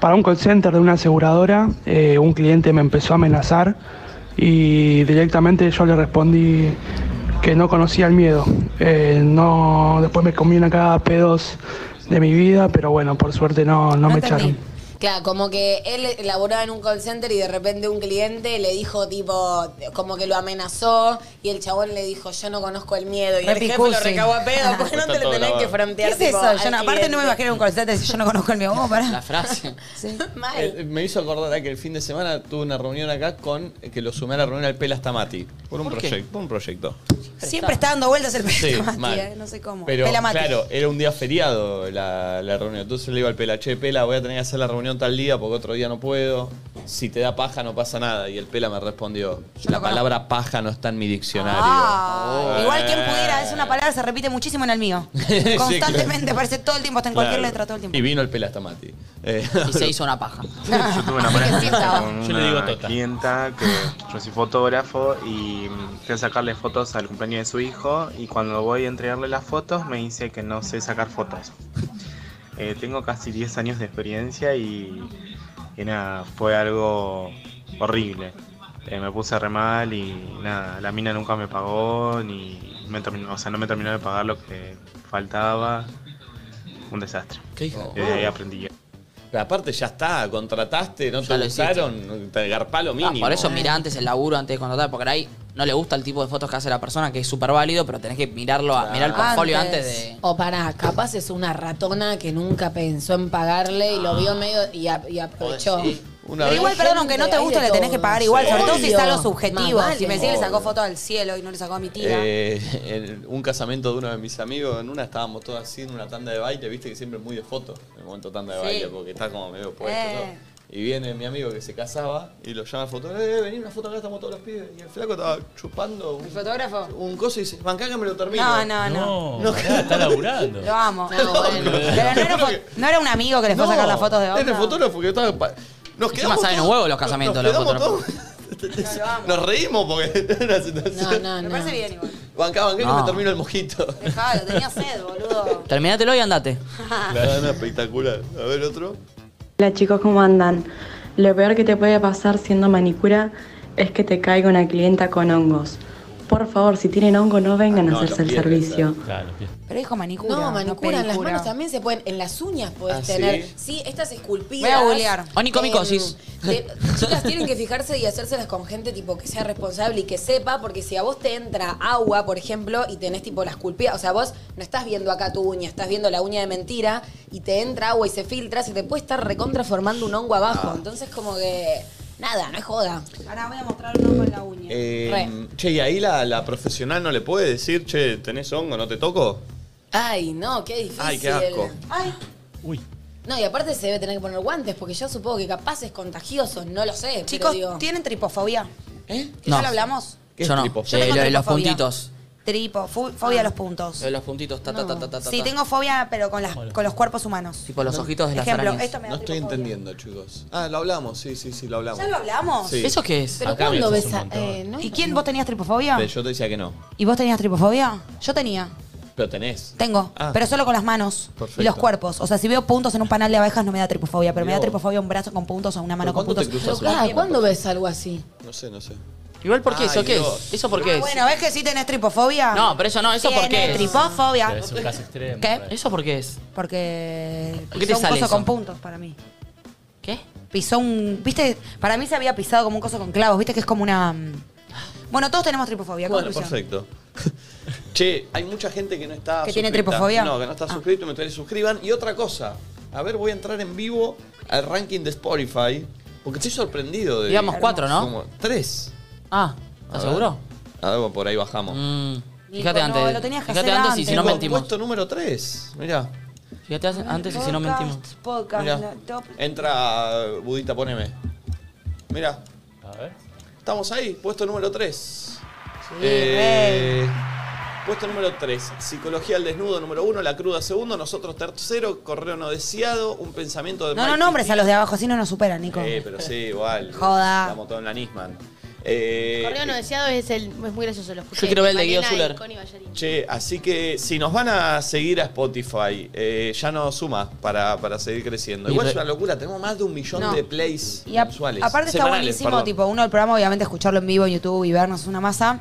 para un call center de una aseguradora, eh, un cliente me empezó a amenazar y directamente yo le respondí que no conocía el miedo. Eh, no, después me comí una cagada a pedos de mi vida, pero bueno, por suerte no, no me echaron.
Claro, como que él laboraba en un call center y de repente un cliente le dijo, tipo, como que lo amenazó y el chabón le dijo, yo no conozco el miedo. Y
Re
el jefe
picusi.
lo recagó a pedo, porque no
Está
te lo tenés
todo
que
grabado. ¿Qué
frontear.
es eso?
tipo,
Yo
al
no- aparte no me
cliente.
imagino un call center si yo no conozco el mío. Vamos, pará.
La frase.
Sí.
Eh, me hizo acordar que el fin de semana tuve una reunión acá con eh, que lo sumé a la reunión al Pelas Tamati. Por un
¿Por qué?
proyecto. Por un proyecto.
Siempre está dando vueltas el
Sí,
pelo, Mati,
mal.
eh, no sé cómo.
Pero
Pela Mati.
claro, era un día feriado la, la reunión. Entonces le digo al Pela, che, Pela, voy a tener que hacer la reunión tal día porque otro día no puedo. Si te da paja no pasa nada. Y el Pela me respondió, la palabra paja no está en mi diccionario.
Ah,
Oh.
Igual quien
Eh.
pudiera, es una palabra que se repite muchísimo en el mío.
Sí,
Constantemente,
claro.
parece todo el tiempo, está en cualquier
Claro.
letra todo el tiempo.
Y vino el Pela Tamati. Eh,
Y se hizo una paja.
Yo tuve una
Así que
mala
sí
experiencia
estaba.
con una
Yo le digo tota.
clienta que yo soy fotógrafo y mm, fui a sacarle fotos al cumpleaños de su hijo y cuando voy a entregarle las fotos me dice que no sé sacar fotos. Eh, tengo casi 10 años de experiencia y, y nada, fue algo horrible. Eh, me puse re mal y nada, la mina nunca me pagó ni me terminó, o sea, no me terminó de pagar lo que faltaba. Un desastre.
¿Qué hija?
Y de ahí aprendí yo.
Pero aparte ya está, contrataste, no
Ya
te
lo hiciste.
gustaron, te garpá lo
Ah,
mínimo. eh.
por eso mira antes el laburo antes de contratar, porque ahí no le gusta el tipo de fotos que hace la persona, que es súper válido, pero tenés que mirarlo, a- mirar el portfolio antes, de.
O para, capaz es una ratona que nunca pensó en pagarle y lo vio medio y, a- y aprovechó.
Una
Pero
vez-
igual, perdón, aunque no te
Hay de
guste, le tenés
todo.
que pagar igual, sobre todo si
Obvio.
es algo subjetivo.
Más vale.
Si me decís que le sacó
Obvio.
foto al cielo y no le sacó a mi tía.
Eh, en un casamiento de uno de mis amigos, en una estábamos todos así en una tanda de baile, viste que siempre es muy de foto, en el momento tanda de
Sí.
baile, porque está como medio puesto.
Eh.
¿no? Y viene mi amigo que se casaba y lo llama al fotógrafo, eh, vení una foto acá, estamos todos los pibes. Y el flaco estaba chupando un,
fotógrafo?
un coso y dice, bancá que me lo termino.
No, no, Ah, no.
No,
pará, está laburando.
Lo amo.
No, bueno.
Pero no era, fo- no era un amigo que le fue a sacar las fotos de
Era el
onda.
fotógrafo que estaba. pa- Nos
Encima
quedamos
saben un
todos-
huevo los
nos-
casamientos,
nos
los
quedamos
fotógrafos.
todos- Nos reímos porque era una situación.
No, no, no.
Parece bien igual.
Bancá, bancá que
No.
me termino el mojito.
Dejalo, tenía sed, boludo.
Terminátelo y andate.
La gana espectacular. A ver, otro.
Hola chicos, ¿cómo andan? Lo peor que te puede pasar siendo manicura es que te caiga una clienta con hongos. Por favor, si tienen hongo no vengan
Ah,
a hacerse el servicio.
Pero dijo manicura.
No, manicura en las
pedicura.
manos también se pueden, en las uñas puedes
¿Ah, sí?
tener. ¿sí? estas esculpidas.
Voy a googlear.
Onicomicosis. Em, de- chicas tienen que fijarse y hacérselas con gente tipo que sea responsable y que sepa, porque si a vos te entra agua, por ejemplo, y tenés tipo las culpidas, o sea, vos no estás viendo acá tu uña, estás viendo la uña de mentira y te entra agua y se filtra, se te puede estar recontraformando un hongo abajo.
Ah.
Entonces, como que. Nada, no es joda.
Ahora voy a mostrar un hongo en la uña.
Eh, che, y ahí la, la profesional no le puede decir, che, ¿tenés hongo? ¿No te toco?
Ay, no, qué difícil.
Ay, qué asco.
Ay. No, y aparte se debe tener que poner guantes, porque yo supongo que capaz es contagioso, no lo sé.
Chicos, ¿tienen tripofobia?
¿Eh?
¿Ya lo hablamos?
¿Qué
Yo
es
no.
tripofobia?
Eh,
Yo tengo
lo de los
tripofobia.
puntitos.
Tripofobia a los puntos.
Lo de los puntitos. Ta, ta, ta, ta, ta, ta.
Sí, tengo fobia, pero con, las, con los cuerpos humanos.
Tipo los ojitos de las
Ejemplo,
arañas.
esto me da
No estoy entendiendo, chicos. Ah, lo hablamos, sí, sí, sí, lo hablamos.
¿Ya lo hablamos?
¿Eso qué es?
Pero
Acá
¿cuándo
me-
ves a- eh, no? ¿Y quién? ¿Vos tenías tripofobia?
Pero Yo te decía que no.
¿Y vos tenías tripofobia? Yo tenía.
Pero tenés.
Tengo,
Ah.
pero solo con las manos
Perfecto.
y los cuerpos. O sea, si veo puntos en un panal de abejas no me da tripofobia, pero me da
Mirá vos.
tripofobia un brazo con puntos o una mano con
¿Pero cuándo
puntos.
te cruzas Pero, una claro, pierna?
¿Cuándo ves algo así?
No sé, no sé.
Igual, ¿por qué
Ay,
eso? ¿Qué
Dios.
es? ¿Eso por qué
Ah,
es?
bueno, ¿ves que sí tenés tripofobia?
No, pero eso no, ¿eso por qué
Tiene
es?
tripofobia.
Es un caso extremo.
¿Qué?
¿Eso por qué es?
Porque
¿Qué te
pisó un
sale
coso
eso?
con puntos para mí.
¿Qué?
Pisó un... ¿Viste? Para mí se había pisado como un coso con clavos. ¿Viste que es como una... mm. Bueno, todos tenemos tripofobia.
Bueno,
conclusión.
perfecto. Che, hay mucha gente que no está
¿Que tiene
suscrita.
tripofobia?
No, que no está suscrito, me gustaría que suscriban. Y otra cosa, a ver, voy a entrar en vivo al ranking de Spotify, porque estoy sorprendido de...
Digamos cuatro, ¿no?
Como tres.
Ah,
A
¿estás
ver.
seguro?
Ah, bueno, por ahí bajamos.
Mm. Fíjate
no,
antes.
lo tenías que
fíjate
hacer
antes y
antes.
si no
Tipo,
mentimos.
Puesto número tres, mirá.
Fíjate antes y si no
Podcast,
mentimos.
Podcast,
Mirá.
la top.
Entra, Budita, poneme. Mirá.
A ver.
Estamos ahí, puesto número 3. puesto número 3, psicología al desnudo número 1, la cruda segundo, nosotros tercero, correo no deseado, un pensamiento de...
No, no
Mike
nombres a los de abajo, así no nos superan,
Pitti.
Nico.
Eh, pero sí, igual.
Joda.
Estamos todos en la Nisman. Eh,
Correo no deseado es, el, es muy gracioso, lo escuché.
Yo quiero ver el de
Malena
Guido
y
Zuller.
Connie Ballarín.
Che, así que si nos van a seguir a Spotify, eh, ya nos suma para, para seguir creciendo.
Y
Igual
re-
es una locura, tenemos más de un millón
No.
de plays
Y a-
mensuales.
aparte está
Semanales,
buenísimo,
perdón.
tipo, uno el programa, obviamente, escucharlo en vivo en YouTube y vernos es una masa.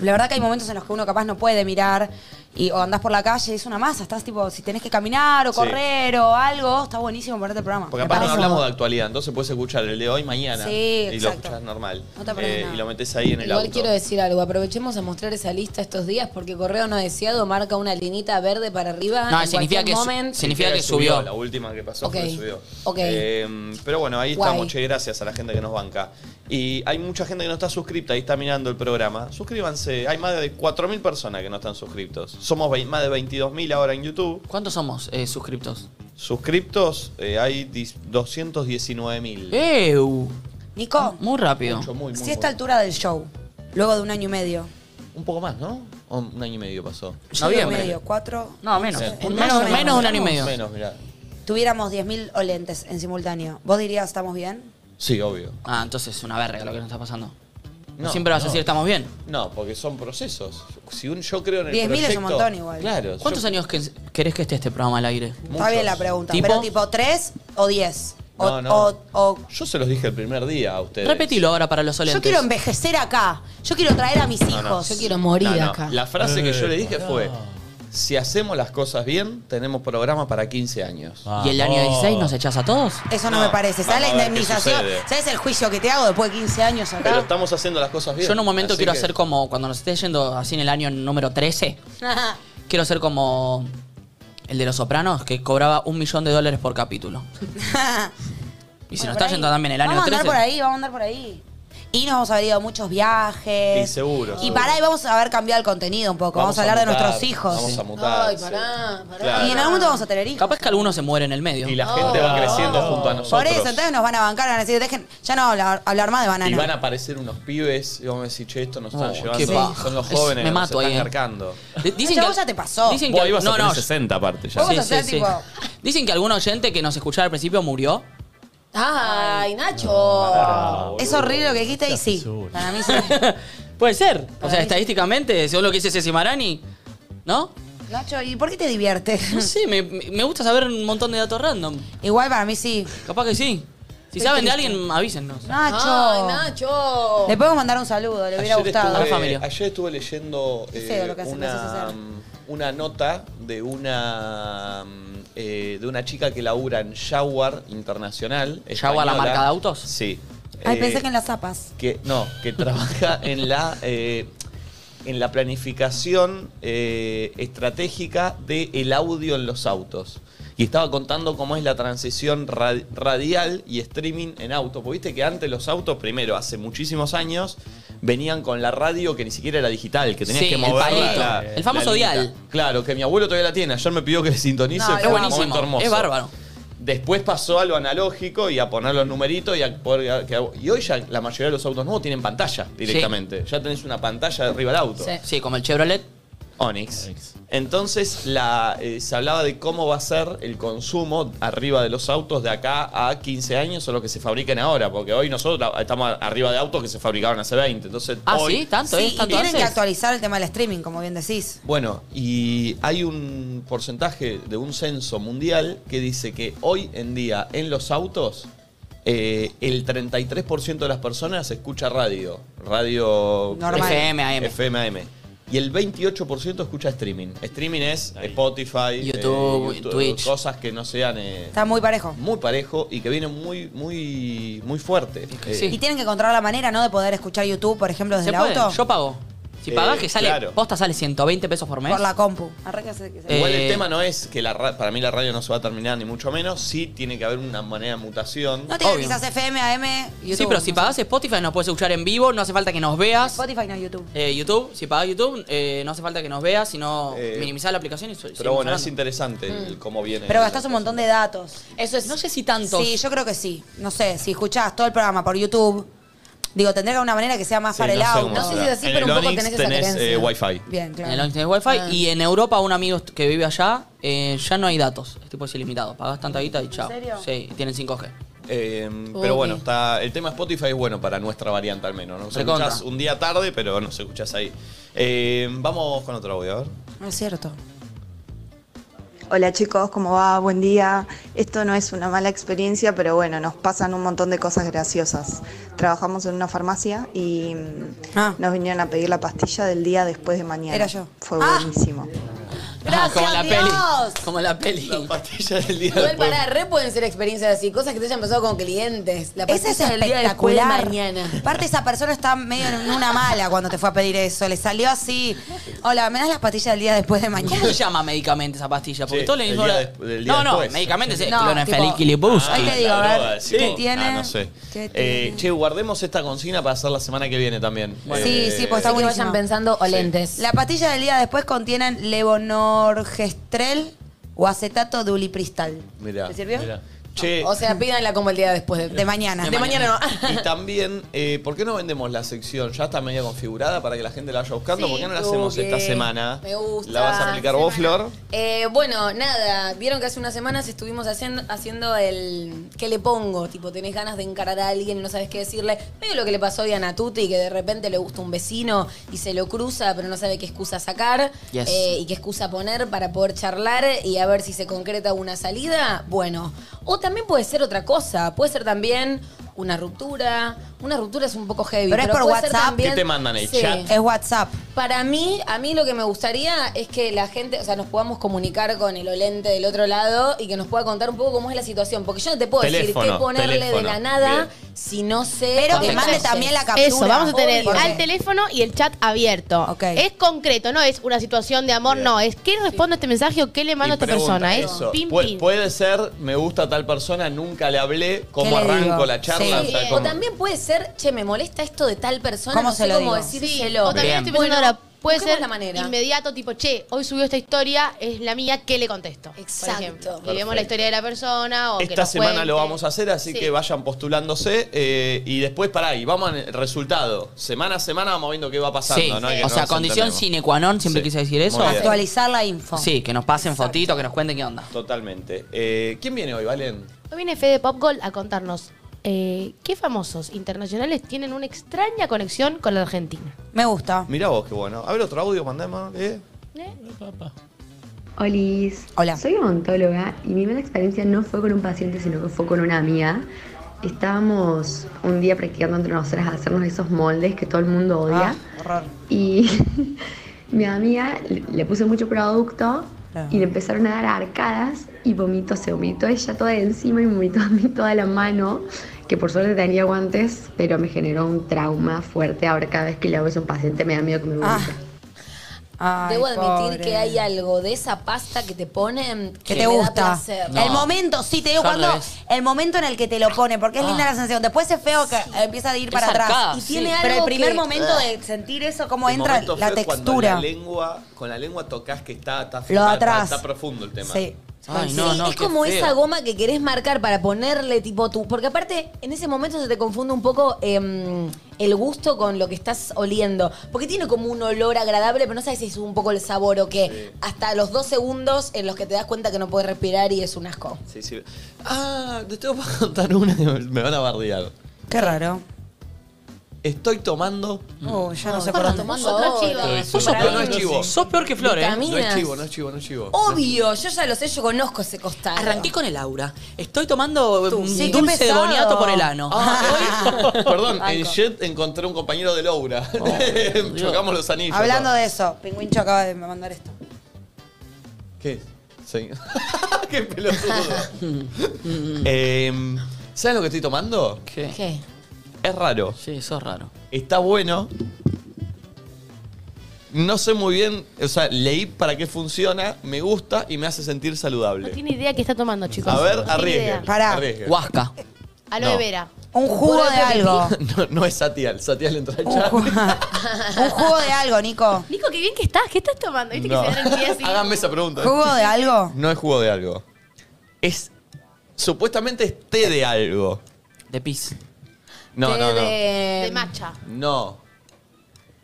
La verdad que hay momentos en los que uno capaz no puede mirar y, o andás por la calle, es una masa. Estás tipo, si tenés que caminar o
Sí.
correr o algo, está buenísimo ponerte el programa.
Porque
Me
aparte no
parece.
hablamos de actualidad, entonces puedes escuchar el de hoy mañana.
Sí,
y lo
exacto.
escuchás normal.
No te perdés
Eh,
nada.
y lo metes ahí en el
Igual
auto.
quiero decir algo, aprovechemos a mostrar esa lista estos días porque correo no deseado marca una linita verde para arriba.
No,
en
significa
cualquier
que su-
moment.
significa que subió.
La última que pasó fue
Ok,
que subió.
ok.
Eh, pero bueno, ahí
Guay.
estamos, che, gracias a la gente que nos banca. Y hay mucha gente que no está suscripta y está mirando el programa. Suscríbanse, hay más de 4.000 personas que no están suscriptos. Somos vei- más de 22.000 ahora en YouTube.
¿Cuántos somos eh, suscriptos?
Suscriptos eh, hay dis- 219.000.
¿Eh? ¡Ew!
Nico,
Muy rápido.
Mucho, muy, muy,
si a esta
muy.
altura del show, luego de un año y medio.
Un poco más, ¿no? O un año y medio pasó.
yo
Noviembre.
digo medio, cuatro.
No, menos.
Sí.
Un-
menos,
menos-
menos de un año y medio.
Menos, mirá.
Tuviéramos 10.000 olentes en simultáneo. ¿Vos dirías, estamos bien?
Sí, obvio.
Ah, entonces es una verga lo que nos está pasando.
No,
Siempre vas a
no.
decir estamos bien.
No, porque son procesos. Si un, yo creo en el
10.000
proyecto...
es un montón igual.
Claro.
¿Cuántos
yo-
años que- querés que esté este programa al aire?
Está bien la pregunta.
¿Tipo?
Pero tipo, ¿tres o diez? O-
No, no.
o- o
Yo se los dije el primer día a ustedes.
Repetilo ahora para los
Yo
olentes.
quiero envejecer acá. Yo quiero traer a mis
No,
hijos.
no.
Yo quiero morir
No, no.
acá.
La frase que yo le dije
pará.
fue, si hacemos las cosas bien, tenemos programa para 15 años.
¿Y el
Ah,
Ah,
año 16 nos echás a todos?
Eso no,
No,
me parece. ¿Sabes la
vamos a ver qué
indemnización?
sucede.
¿Sabes el juicio que te hago después de 15 años acá?
Pero estamos haciendo las cosas bien.
Yo en un momento
Así
quiero
que-
hacer como, cuando nos esté yendo así en el año número 13, quiero hacer como el de los sopranos que cobraba un millón de dólares por capítulo. Y se
Bueno,
nos
por
está
ahí.
yendo también el año
Vamos a
13.
andar por ahí, vamos a andar por ahí. Y nos vamos a haber ido a muchos viajes.
Sí, seguro,
Y
seguro.
para ahí vamos a haber cambiado el contenido un poco. Vamos, a hablar de
mutar,
nuestros hijos.
Vamos a mutar.
Ay,
sí.
pará, pará.
Claro.
Y en algún momento vamos a tener hijos.
Capaz que alguno se muere en el medio.
Y la gente
Ah.
va creciendo junto a
Por
nosotros.
eso, entonces nos van a bancar, van a decir, dejen, ya no hablar, hablar más de banana.
Y van a aparecer unos pibes y vamos a decir, che, esto nos están
Oh,
llevando.
qué paja.
Son los
Es-
jóvenes,
me
nos
mato
están
ahí, eh.
cargando.
D-
Dicen
que-
ya te pasó.
Dicen
Vos
que,
ibas a
no,
tener
no,
60 aparte ya.
Vos vas a ser tipo-
Dicen que algún oyente que nos escuchaba al principio murió.
Ay, Nacho.
Es horrible lo que dijiste y sí. Para mí sí.
Puede ser. O sea, estadísticamente, según lo que dice Ceci Marani, ¿no?
Nacho, ¿y por qué te diviertes?
No sé, me, me gusta saber un montón de datos random.
Igual para mí sí.
Capaz que sí. Si
Qué
saben de
triste. Eh,
alguien, avísennos.
Ay,
Nacho.
Nacho.
Le podemos mandar un saludo, le hubiera
Ayer
gustado.
estuve- eh,
A la familia.
Ayer estuve leyendo
Qué
eh,
feo lo que hace- me haces
una, mm,
hacer.
una nota de una mm, eh, de una chica que labura en Jaguar Internacional.
¿Jaguar, la
española.
marca de autos?
Sí.
Ay,
Eh,
pensé que en las zapas.
que no, que trabaja en la eh, en la planificación eh, estratégica del audio en los autos. Y estaba contando cómo es la transición ra- radial y streaming en auto. Porque viste que antes los autos, primero, hace muchísimos años, venían con la radio que ni siquiera era digital, que tenías
Sí,
que
el
moverla.
palito.
la-
El famoso
la linita.
dial.
Claro, que mi abuelo todavía la tiene. Ayer me pidió que le sintonice.
No,
fue
es
un
buenísimo,
momento hermoso.
es bárbaro.
Después pasó a lo analógico y a poner los numeritos y a poder. que- Y hoy ya la mayoría de los autos nuevos tienen pantalla directamente. Ya tenés una pantalla arriba del auto.
Sí. como el Chevrolet.
Onix. Entonces la, eh, se hablaba de cómo va a ser el consumo arriba de los autos de acá a 15 años o lo que se fabriquen ahora, porque hoy nosotros la- estamos arriba de autos que se fabricaron hace 20. Entonces,
Ah,
hoy-
Sí, y tienen que actualizar el tema del streaming, como bien decís.
Bueno, y hay un porcentaje de un censo mundial que dice que hoy en día en los autos eh, el 33% de las personas escucha radio, radio
Normal. FM, AM.
FM, AM. Y el 28% escucha streaming. Streaming es Spotify, eh,
YouTube, Twitch.
cosas que no sean eh,
Está muy parejo.
muy parejo y que vienen muy, muy, muy fuerte. Eh,
Y tienen que encontrar la manera, ¿no? De poder escuchar YouTube, por ejemplo, desde
¿Se
el
puede?
auto.
Yo pago. Si
Eh,
pagás que sale,
claro.
posta sale 120 pesos por mes.
Por la compu. Arre que se- que se-
Igual
Eh,
el tema no es que la ra- para mí la radio no se va a terminar, ni mucho menos. Sí tiene que haber una manera de mutación.
No tiene quizás FM, AM, YouTube.
sí, pero si pagás Spotify nos puedes escuchar en vivo, no hace falta que nos veas.
Spotify no YouTube.
Eh, YouTube, si pagás YouTube, eh, no hace falta que nos veas, sino minimizar la aplicación y su-
Eh, Pero
seguimos
bueno, es
hablando.
interesante el cómo viene.
Mm. Pero gastás un montón de datos.
Eso es. No sé si tantos.
Sí, yo creo que sí. No sé, si escuchás todo el programa por YouTube, digo, tendría que haber una manera que sea más
Sí,
para el
no sé
auto.
cómo será. En el Onix tenés, eh, Wi-Fi.
Bien, claro.
En el Orange tenés wifi
Ah.
y en Europa un amigo est- que vive allá eh, ya no hay datos, es tipo es ilimitado, pagás tanta guita y chao.
serio?
Sí, tienen 5G.
Eh,
Ok.
pero bueno, está, el tema Spotify es bueno para nuestra variante al menos. Nos
Recontra.
escuchás un día tarde, pero nos escuchás ahí. Eh, vamos con otro audio, a ver.
No es cierto.
Hola chicos, ¿cómo va? Buen día. Esto no es una mala experiencia, pero bueno, nos pasan un montón de cosas graciosas. Trabajamos en una farmacia y mm,
Ah.
nos vinieron a pedir la pastilla del día después de mañana.
Era yo. Ah.
Fue buenísimo.
Gracias,
como la
Dios.
peli. Como la peli. La
pastilla del día
Igual para re pueden ser experiencias así, cosas que te hayan pasado con clientes. La
Esa es
pastilla del día después de
espectacular.
mañana.
Aparte, esa persona está medio en una mala cuando te fue a pedir eso. Le salió así. Hola, ¿me das las pastillas del día después de mañana?
¿Cómo se llama medicamente esa pastilla? Porque todo le
el
dijo
día
la-
desp- del día
No, no,
después.
medicamente es
No,
clona
tipo-
Felikilibusti.
Ahí te digo, a ver, ¿qué tiene?
Ah, no sé.
¿Qué
Eh, che, guardemos esta consigna para hacer la semana que viene también.
Sí,
Eh,
sí, pues está
que
buenísimo.
vayan pensando o lentes.
La pastilla del día después contienen levonorgestrel o acetato de ulipristal.
mirá.
¿Te sirvió?
Mirá. Che,
O sea, pídanla como el día después de,
De mañana.
De mañana no.
Y también, eh, ¿por qué no vendemos la sección? Ya está media configurada para que la gente la vaya buscando.
Sí.
¿Por qué no la hacemos
Porque
esta semana?
me gusta.
¿La vas a aplicar vos, Flor?
Eh, bueno, nada, vieron que hace unas semanas estuvimos haciendo, haciendo el ¿qué le pongo? Tipo, tenés ganas de encarar a alguien y no sabes qué decirle. Medio lo que le pasó hoy a Natuti, que de repente le gusta un vecino y se lo cruza, pero no sabe qué excusa sacar
Yes.
eh, y qué excusa poner para poder charlar y a ver si se concreta una salida. Bueno, o también puede ser otra cosa, puede ser también una ruptura. Una ruptura es un poco heavy.
Pero es por
puede ser
WhatsApp.
también-
¿Qué te mandan, el
Sí.
chat?
Es WhatsApp.
Para mí, a mí lo que me gustaría es que la gente, o sea, nos podamos comunicar con el olente del otro lado y que nos pueda contar un poco cómo es la situación. Porque yo no te puedo decir qué
Teléfono,
ponerle de
teléfono.
la nada
Bien.
si no sé.
Pero que
qué
mande
calles.
también la captura.
Eso, vamos a tener
Obvio.
al teléfono y el chat abierto. Es concreto, no es una situación de amor,
Bien.
no. Es qué respondo a este mensaje o qué le mando a esta
Pregunta,
persona. Es
eso.
pim,
Pu-
pim.
Puede ser, me gusta tal persona, nunca le hablé, cómo
¿Qué le
arranco
digo?
la charla.
Sí.
O sea,
O
cómo-
también puede ser, che, me molesta esto de tal persona,
¿Cómo
no
se
sé
lo
cómo
digo?
decírselo.
O también estoy pensando
Bueno,
ahora, puede
busquemos
ser
la manera.
inmediato, tipo, che, hoy subió esta historia, es la mía, ¿qué le contesto?
Exacto.
Por ejemplo. Y
Perfecto.
vemos la historia de la persona o que
Esta
nos
semana
cuente.
lo vamos a hacer, así
Sí.
que vayan postulándose eh, y después para ahí, vamos al resultado. Semana a semana vamos viendo qué va pasando.
Sí,
¿no? Y que no
o sea,
nos
condición
entendemos.
sine qua non, siempre quise decir eso.
Muy bien.
Actualizar la info.
Sí, que nos pasen fotitos, que nos cuenten qué onda.
Totalmente. Eh, ¿Quién viene hoy, Valen?
Hoy viene Fede Pop Gold a contarnos eh, qué famosos internacionales tienen una extraña conexión con la Argentina.
Me gusta.
Mirá vos, qué bueno. A ver, otro audio, mandemos. ¿eh?
Olis. Hola. Soy odontóloga y mi mala experiencia no fue con un paciente, sino que fue con una amiga. Estábamos un día practicando entre nosotras hacernos esos moldes que todo el mundo
Ah,
Ah.
odia. Y mi amiga le, le puso mucho producto y le empezaron a dar arcadas y vomito, se vomitó ella toda encima y me vomitó a mí toda la mano, que por suerte tenía guantes,
Ah,
pero me generó un trauma fuerte. Ahora cada vez que le hago eso a un paciente me da miedo que me vomite.
Ah. Ay,
Debo admitir
pobre.
que hay algo de esa pasta que te ponen que
que te
me da
gusta.
placer.
El momento, sí, te digo
Yo al
cuando.
revés.
El momento en el que te lo pone, porque es linda la sensación. Después es feo que empieza a ir
Es
para
arcada,
atrás. Y
sí.
tiene
Pero
Pero el
algo
primer
que-
momento de sentir eso, cómo
El
entra
momento
la
fue cuando
textura.
La lengua, con la lengua tocas que está, está,
Lo
está-
atrás.
está profundo el tema.
Sí.
Sí, es como esa goma que querés marcar para ponerle tipo tú. Porque aparte, en ese momento se te confunde un poco em, el gusto con lo que estás oliendo. Porque tiene como un olor agradable, pero no sabes si es un poco el sabor o qué. Hasta los dos segundos en los que te das cuenta que no puedes respirar y es un asco.
Sí, sí. Ah, te tengo para contar una que me van a bardear.
Qué raro.
Estoy tomando.
Oh, ya no,
No,
sé
estaba
por dónde.
tomando Otra ahora. chiva. Estoy
Vos sos
Para
peor,
mí
no es
no
chivo.
sé. Sos
peor que Flor, ¿eh?
No es
Vitaminas.
chivo, no es chivo, no es chivo.
Oh. Obvio, yo ya lo sé, yo conozco ese costado.
Arranqué con el aura. Estoy tomando
Tú,
un
sí, qué
dulce de
pesado.
boniato por el ano.
Perdón, en Jet encontré un compañero de Laura. Chocamos los anillos.
Hablando de eso, Pingüincho acaba de mandar esto.
¿Qué? Sí. ¡Qué pelotudo! Em, ¿Sabes lo que estoy tomando?
¿Qué?
¿Qué?
Es raro.
Sí, eso es raro.
Está bueno. No sé muy bien, o sea, leí para qué funciona, me gusta y me hace sentir
No
saludable.
tiene idea qué está tomando, chicos.
A ver,
No tiene idea.
arriesgue.
Pará.
Huasca.
Aloe
No.
vera.
Un jugo de algo.
No, no es Satial, Satial entra al chat.
Un jugo de algo, Nico.
Nico, qué bien que estás. ¿Qué estás tomando? ¿Viste
No.
que se dan el pie así?
Háganme esa pregunta.
¿Jugo de algo?
No es jugo de algo. Es. Supuestamente es té de algo.
De pis.
No, no, no.
De matcha.
No.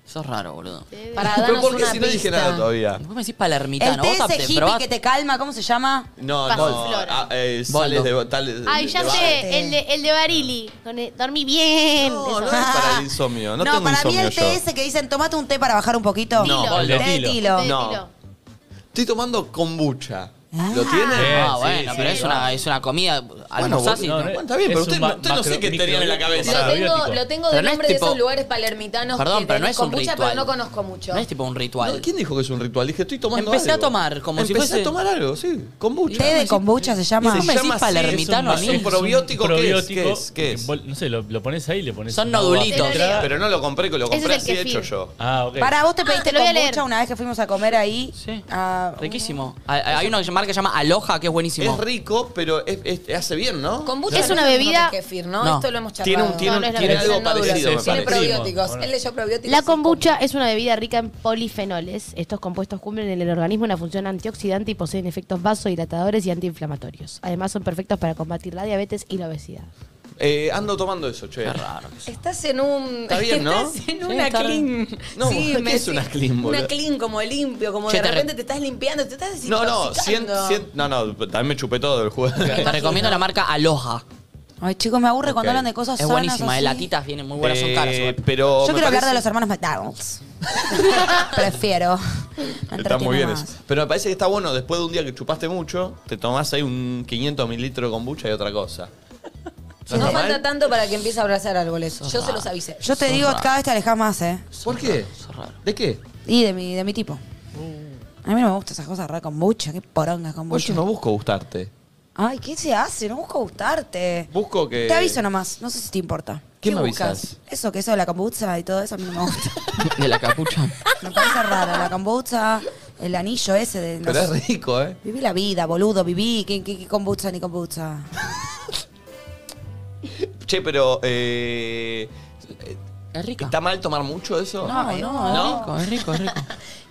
Eso es raro, boludo.
Para
Pero
darnos
¿por qué
una
si no dije
pista.
nada todavía?
Vos me decís palermitano.
El té
Vos
ese
te
hippie
probás
que te calma, ¿cómo se llama?
No, no.
Pasiflora.
ah, eh, sales de, tales-
Ay,
de-
ya
de-
sé. El de, el de Barili. Con el- dormí bien.
No,
Eso. Ah,
no es para el insomnio. No,
No,
tengo
para mí
insomnio
el
yo.
té ese que dicen, tomate un té para bajar un poquito.
No, Tilo. el de
Té de
tilo.
tilo.
No. Estoy tomando kombucha. ¿Lo tiene?
Ah, bueno, pero es, una, es una comida.
Bueno,
Almorzás y
no,
no.
no, está bien, pero usted, no- usted no sé qué tenían en la cabeza.
Lo tengo, lo tengo
Pero
de
no es
nombre de esos
tipo-
lugares palermitanos
Perdón,
que
pero no
tenés
es un
kombucha,
ritual.
pero no conozco mucho.
No es tipo un ritual.
¿Quién dijo que es un ritual? Dije, estoy tomando
Empecé a
algo.
tomar, como si
Empecé
fuese-
a tomar algo, sí. Kombucha.
¿Té de kombucha se llama?
Se llama así, es un- es un probiótico, ¿qué es? ¿Qué es? ¿Qué es?
Vos- No sé, lo, lo pones ahí, le pones.
Son
un agua
nodulitos.
filtrada.
Pero no lo compré, que lo
Ese es
compré
el
así hecho
kefir.
yo.
Ah, ok.
Para vos te pediste
te lo voy a
kombucha una vez que fuimos a comer ahí.
Sí.
Ah,
Riquísimo. Hay, hay una marca que se llama Aloha, que es buenísimo.
Es rico, pero es- es- hace bien, ¿no?
Kombucha no
Claro.
Es una
lo mismo
bebida-
que kefir, ¿no?
No.
Esto lo hemos charlado.
Tiene un- tiene un-
No, no es la
tiene
misma.
algo
Tiene
parecido,
nódulos.
me
Tiene
parece.
probióticos.
Bueno.
Él leyó probióticos.
La kombucha es una bebida rica en polifenoles. Estos compuestos cumplen en el organismo una función antioxidante y poseen efectos vasodilatadores y antiinflamatorios. Además, son perfectos para combatir la diabetes y la obesidad.
Eh, ando tomando eso, che. Qué raro.
Estás en un.
Está bien, ¿no?
Estás
Sí,
en una
está
clean.
No, ¿qué
me
es una
decís-
clean, boludo?
Una clean como limpio, como
Che,
de
te re-
repente te estás limpiando, te estás
No, no, cien,
desintoxicando.
cien- no, no, también me chupé todo el juego.
Te recomiendo la marca Aloha.
Ay, chicos, me aburre
Ok.
cuando hablan de cosas
Es
sanas
buenísima.
así.
eh, De latitas vienen muy buenas, son caras.
Eh,
igual.
pero
Yo
me
quiero hablar
parece-
de los hermanos McDonald's. Prefiero. Me
Está muy bien
entretiene
eso. Pero me parece que está bueno, después de un día que chupaste mucho, te tomás ahí un 500 mililitros de kombucha y otra cosa.
No falta tanto para que empiece a abrazar árboles. Yo se los avisé.
Yo te digo, cada vez te alejas más, ¿eh?
¿Por qué? ¿De qué?
Y de mi, de mi tipo. A mí no me gustan esas cosas raras con bucha, qué poronga con
Vos
bucha.
yo no busco gustarte.
Ay, ¿qué se hace? No busco gustarte.
Busco que...
Te aviso nomás, no sé si te importa.
¿Qué me
buscas?
avisas?
Eso, que eso de la kombucha y todo eso a mí no me gusta.
De la capucha.
me parece raro, la kombucha, el anillo ese de... no
Pero
sé.
es rico, ¿eh?
Viví la vida, boludo, viví. ¿Qué, qué, qué kombucha ni kombucha?
Che, pero... Eh,
es rico. Ah,
¿Está mal tomar mucho eso?
No, no, ¿eh?
¿No?
Es rico, es rico.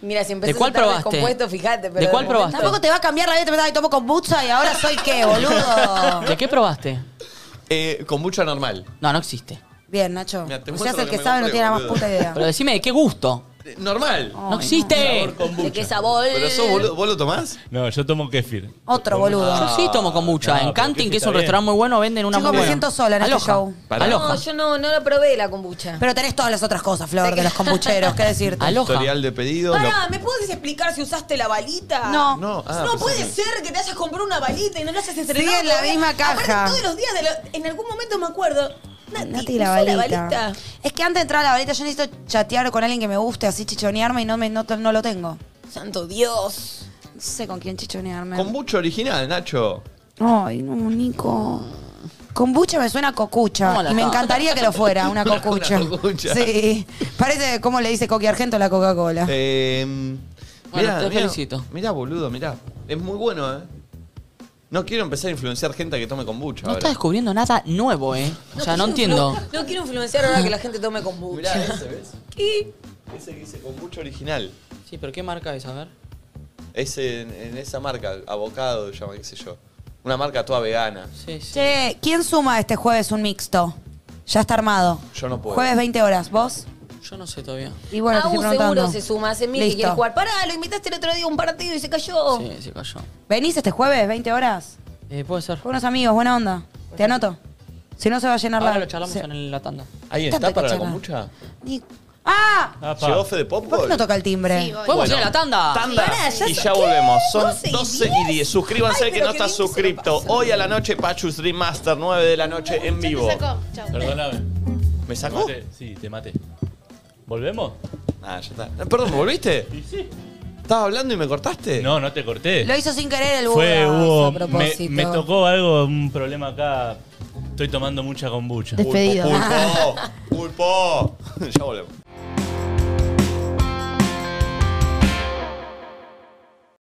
Mira, si
¿De
empezás
cuál
a estar
probaste?
descompuesto, fíjate. Pero
¿De cuál
momento-
probaste?
Tampoco te va a cambiar la vida, te vas a tomo kombucha y ahora soy qué, boludo.
¿De qué probaste?
Eh, kombucha normal.
No, no existe.
Bien, Nacho.
Mirá, te
Si
muestro
hace
lo
Pues el que
que me
sabe, no
compré,
tiene la más
boludo.
puta idea.
Pero decime, ¿de qué gusto?
Eh, Normal.
no existe.
¿De qué sabor?
Pero sos boludo, ¿vos lo tomás?
No, yo tomo kefir.
Otro boludo.
Yo sí tomo kombucha.
No,
en
pero
Canting,
kefir
que es un
está bien.
restaurante muy bueno, venden una
Chicos, me
muy buena.
siento sola en este
Aloha.
show.
Pará.
No, yo no, no la probé la kombucha.
Ah. Pero tenés todas las otras cosas, Flor, de los kombucheros, ¿qué decirte?
Historial de pedidos. lo-
Pará, ¿me puedes explicar si usaste la balita?
No.
No, ah,
no
pensé
puede
que-
ser que te hayas comprado una balita y no la hayas estrenado.
Sigue en la
todavía.
misma
Aparte,
caja.
todos los días, de la- en algún momento me acuerdo. Nati,
Nati, la
usó
balita. Es que antes de entrar a la balita yo necesito chatear con alguien que me guste, así chichonearme y no, me, no, no lo tengo.
Santo Dios.
No sé con quién chichonearme.
Kombucha original, Nacho.
Ay, no, Nico. Kombucha me suena a cocucha.
Hola,
y me
ta.
encantaría que lo fuera, una
Una
cocucha.
cocucha.
Sí. Parece, ¿cómo le dice Coqui Argento a la Coca-Cola?
Eh,
Bueno, te felicito.
Mirá, boludo, mirá. Es muy bueno, ¿eh? No quiero empezar a influenciar gente que tome kombucha.
No está descubriendo nada nuevo, ¿eh? O sea, no entiendo.
No quiero influenciar ahora que la gente tome kombucha.
Mirá, ese, ¿ves?
¿Qué?
Ese que dice kombucha original.
Sí, pero ¿qué marca es? A ver.
Es en, en esa marca, abocado, llama, qué sé yo. Una marca toda vegana.
Che, ¿quién suma este jueves un mixto? Ya está armado.
Yo no puedo.
Jueves 20 horas, ¿vos?
Yo no sé todavía.
Y bueno, te
Aún
estoy
seguro
preguntando.
se suma, hace mil que
Listo.
quiere jugar. Pará, lo invitaste el otro día a un partido y se cayó.
Sí, se cayó.
¿Venís este jueves, 20 horas?
Eh, puede ser.
Con unos amigos, buena onda. Te anoto. Si no se va a llenar
Ahora
la...
lo charlamos
se-
en la tanda.
¿Alguien
Tanta
está para la
cacharra.
kombucha?
¡Ah!
¿Llegó Fede Pop?
¿Por qué no toca el timbre?
Podemos ir a la tanda.
Tanda.
Pará, ya
y
sé-
ya
¿qué?
volvemos. Son
12
12,
y
y 10. Suscríbanse
Ay,
al que
pero
no
qué
está
bien que se lo
suscripto. Hoy a la noche, Pachus Dream Master, 9 de la noche en vivo.
Perdóname.
¿Me
¿Te
sacó?
maté? Sí, te maté. ¿Volvemos?
Ah, ya está. Eh, Perdón, ¿me ¿volviste?
sí.
¿Estabas hablando y me cortaste?
No, no te corté.
Lo hizo sin querer el
Fue,
Buda,
hubo-
a
me,
propósito.
me tocó algo, un problema acá. Estoy tomando mucha kombucha.
Despedido. Pulpo, pulpo. ya volvemos.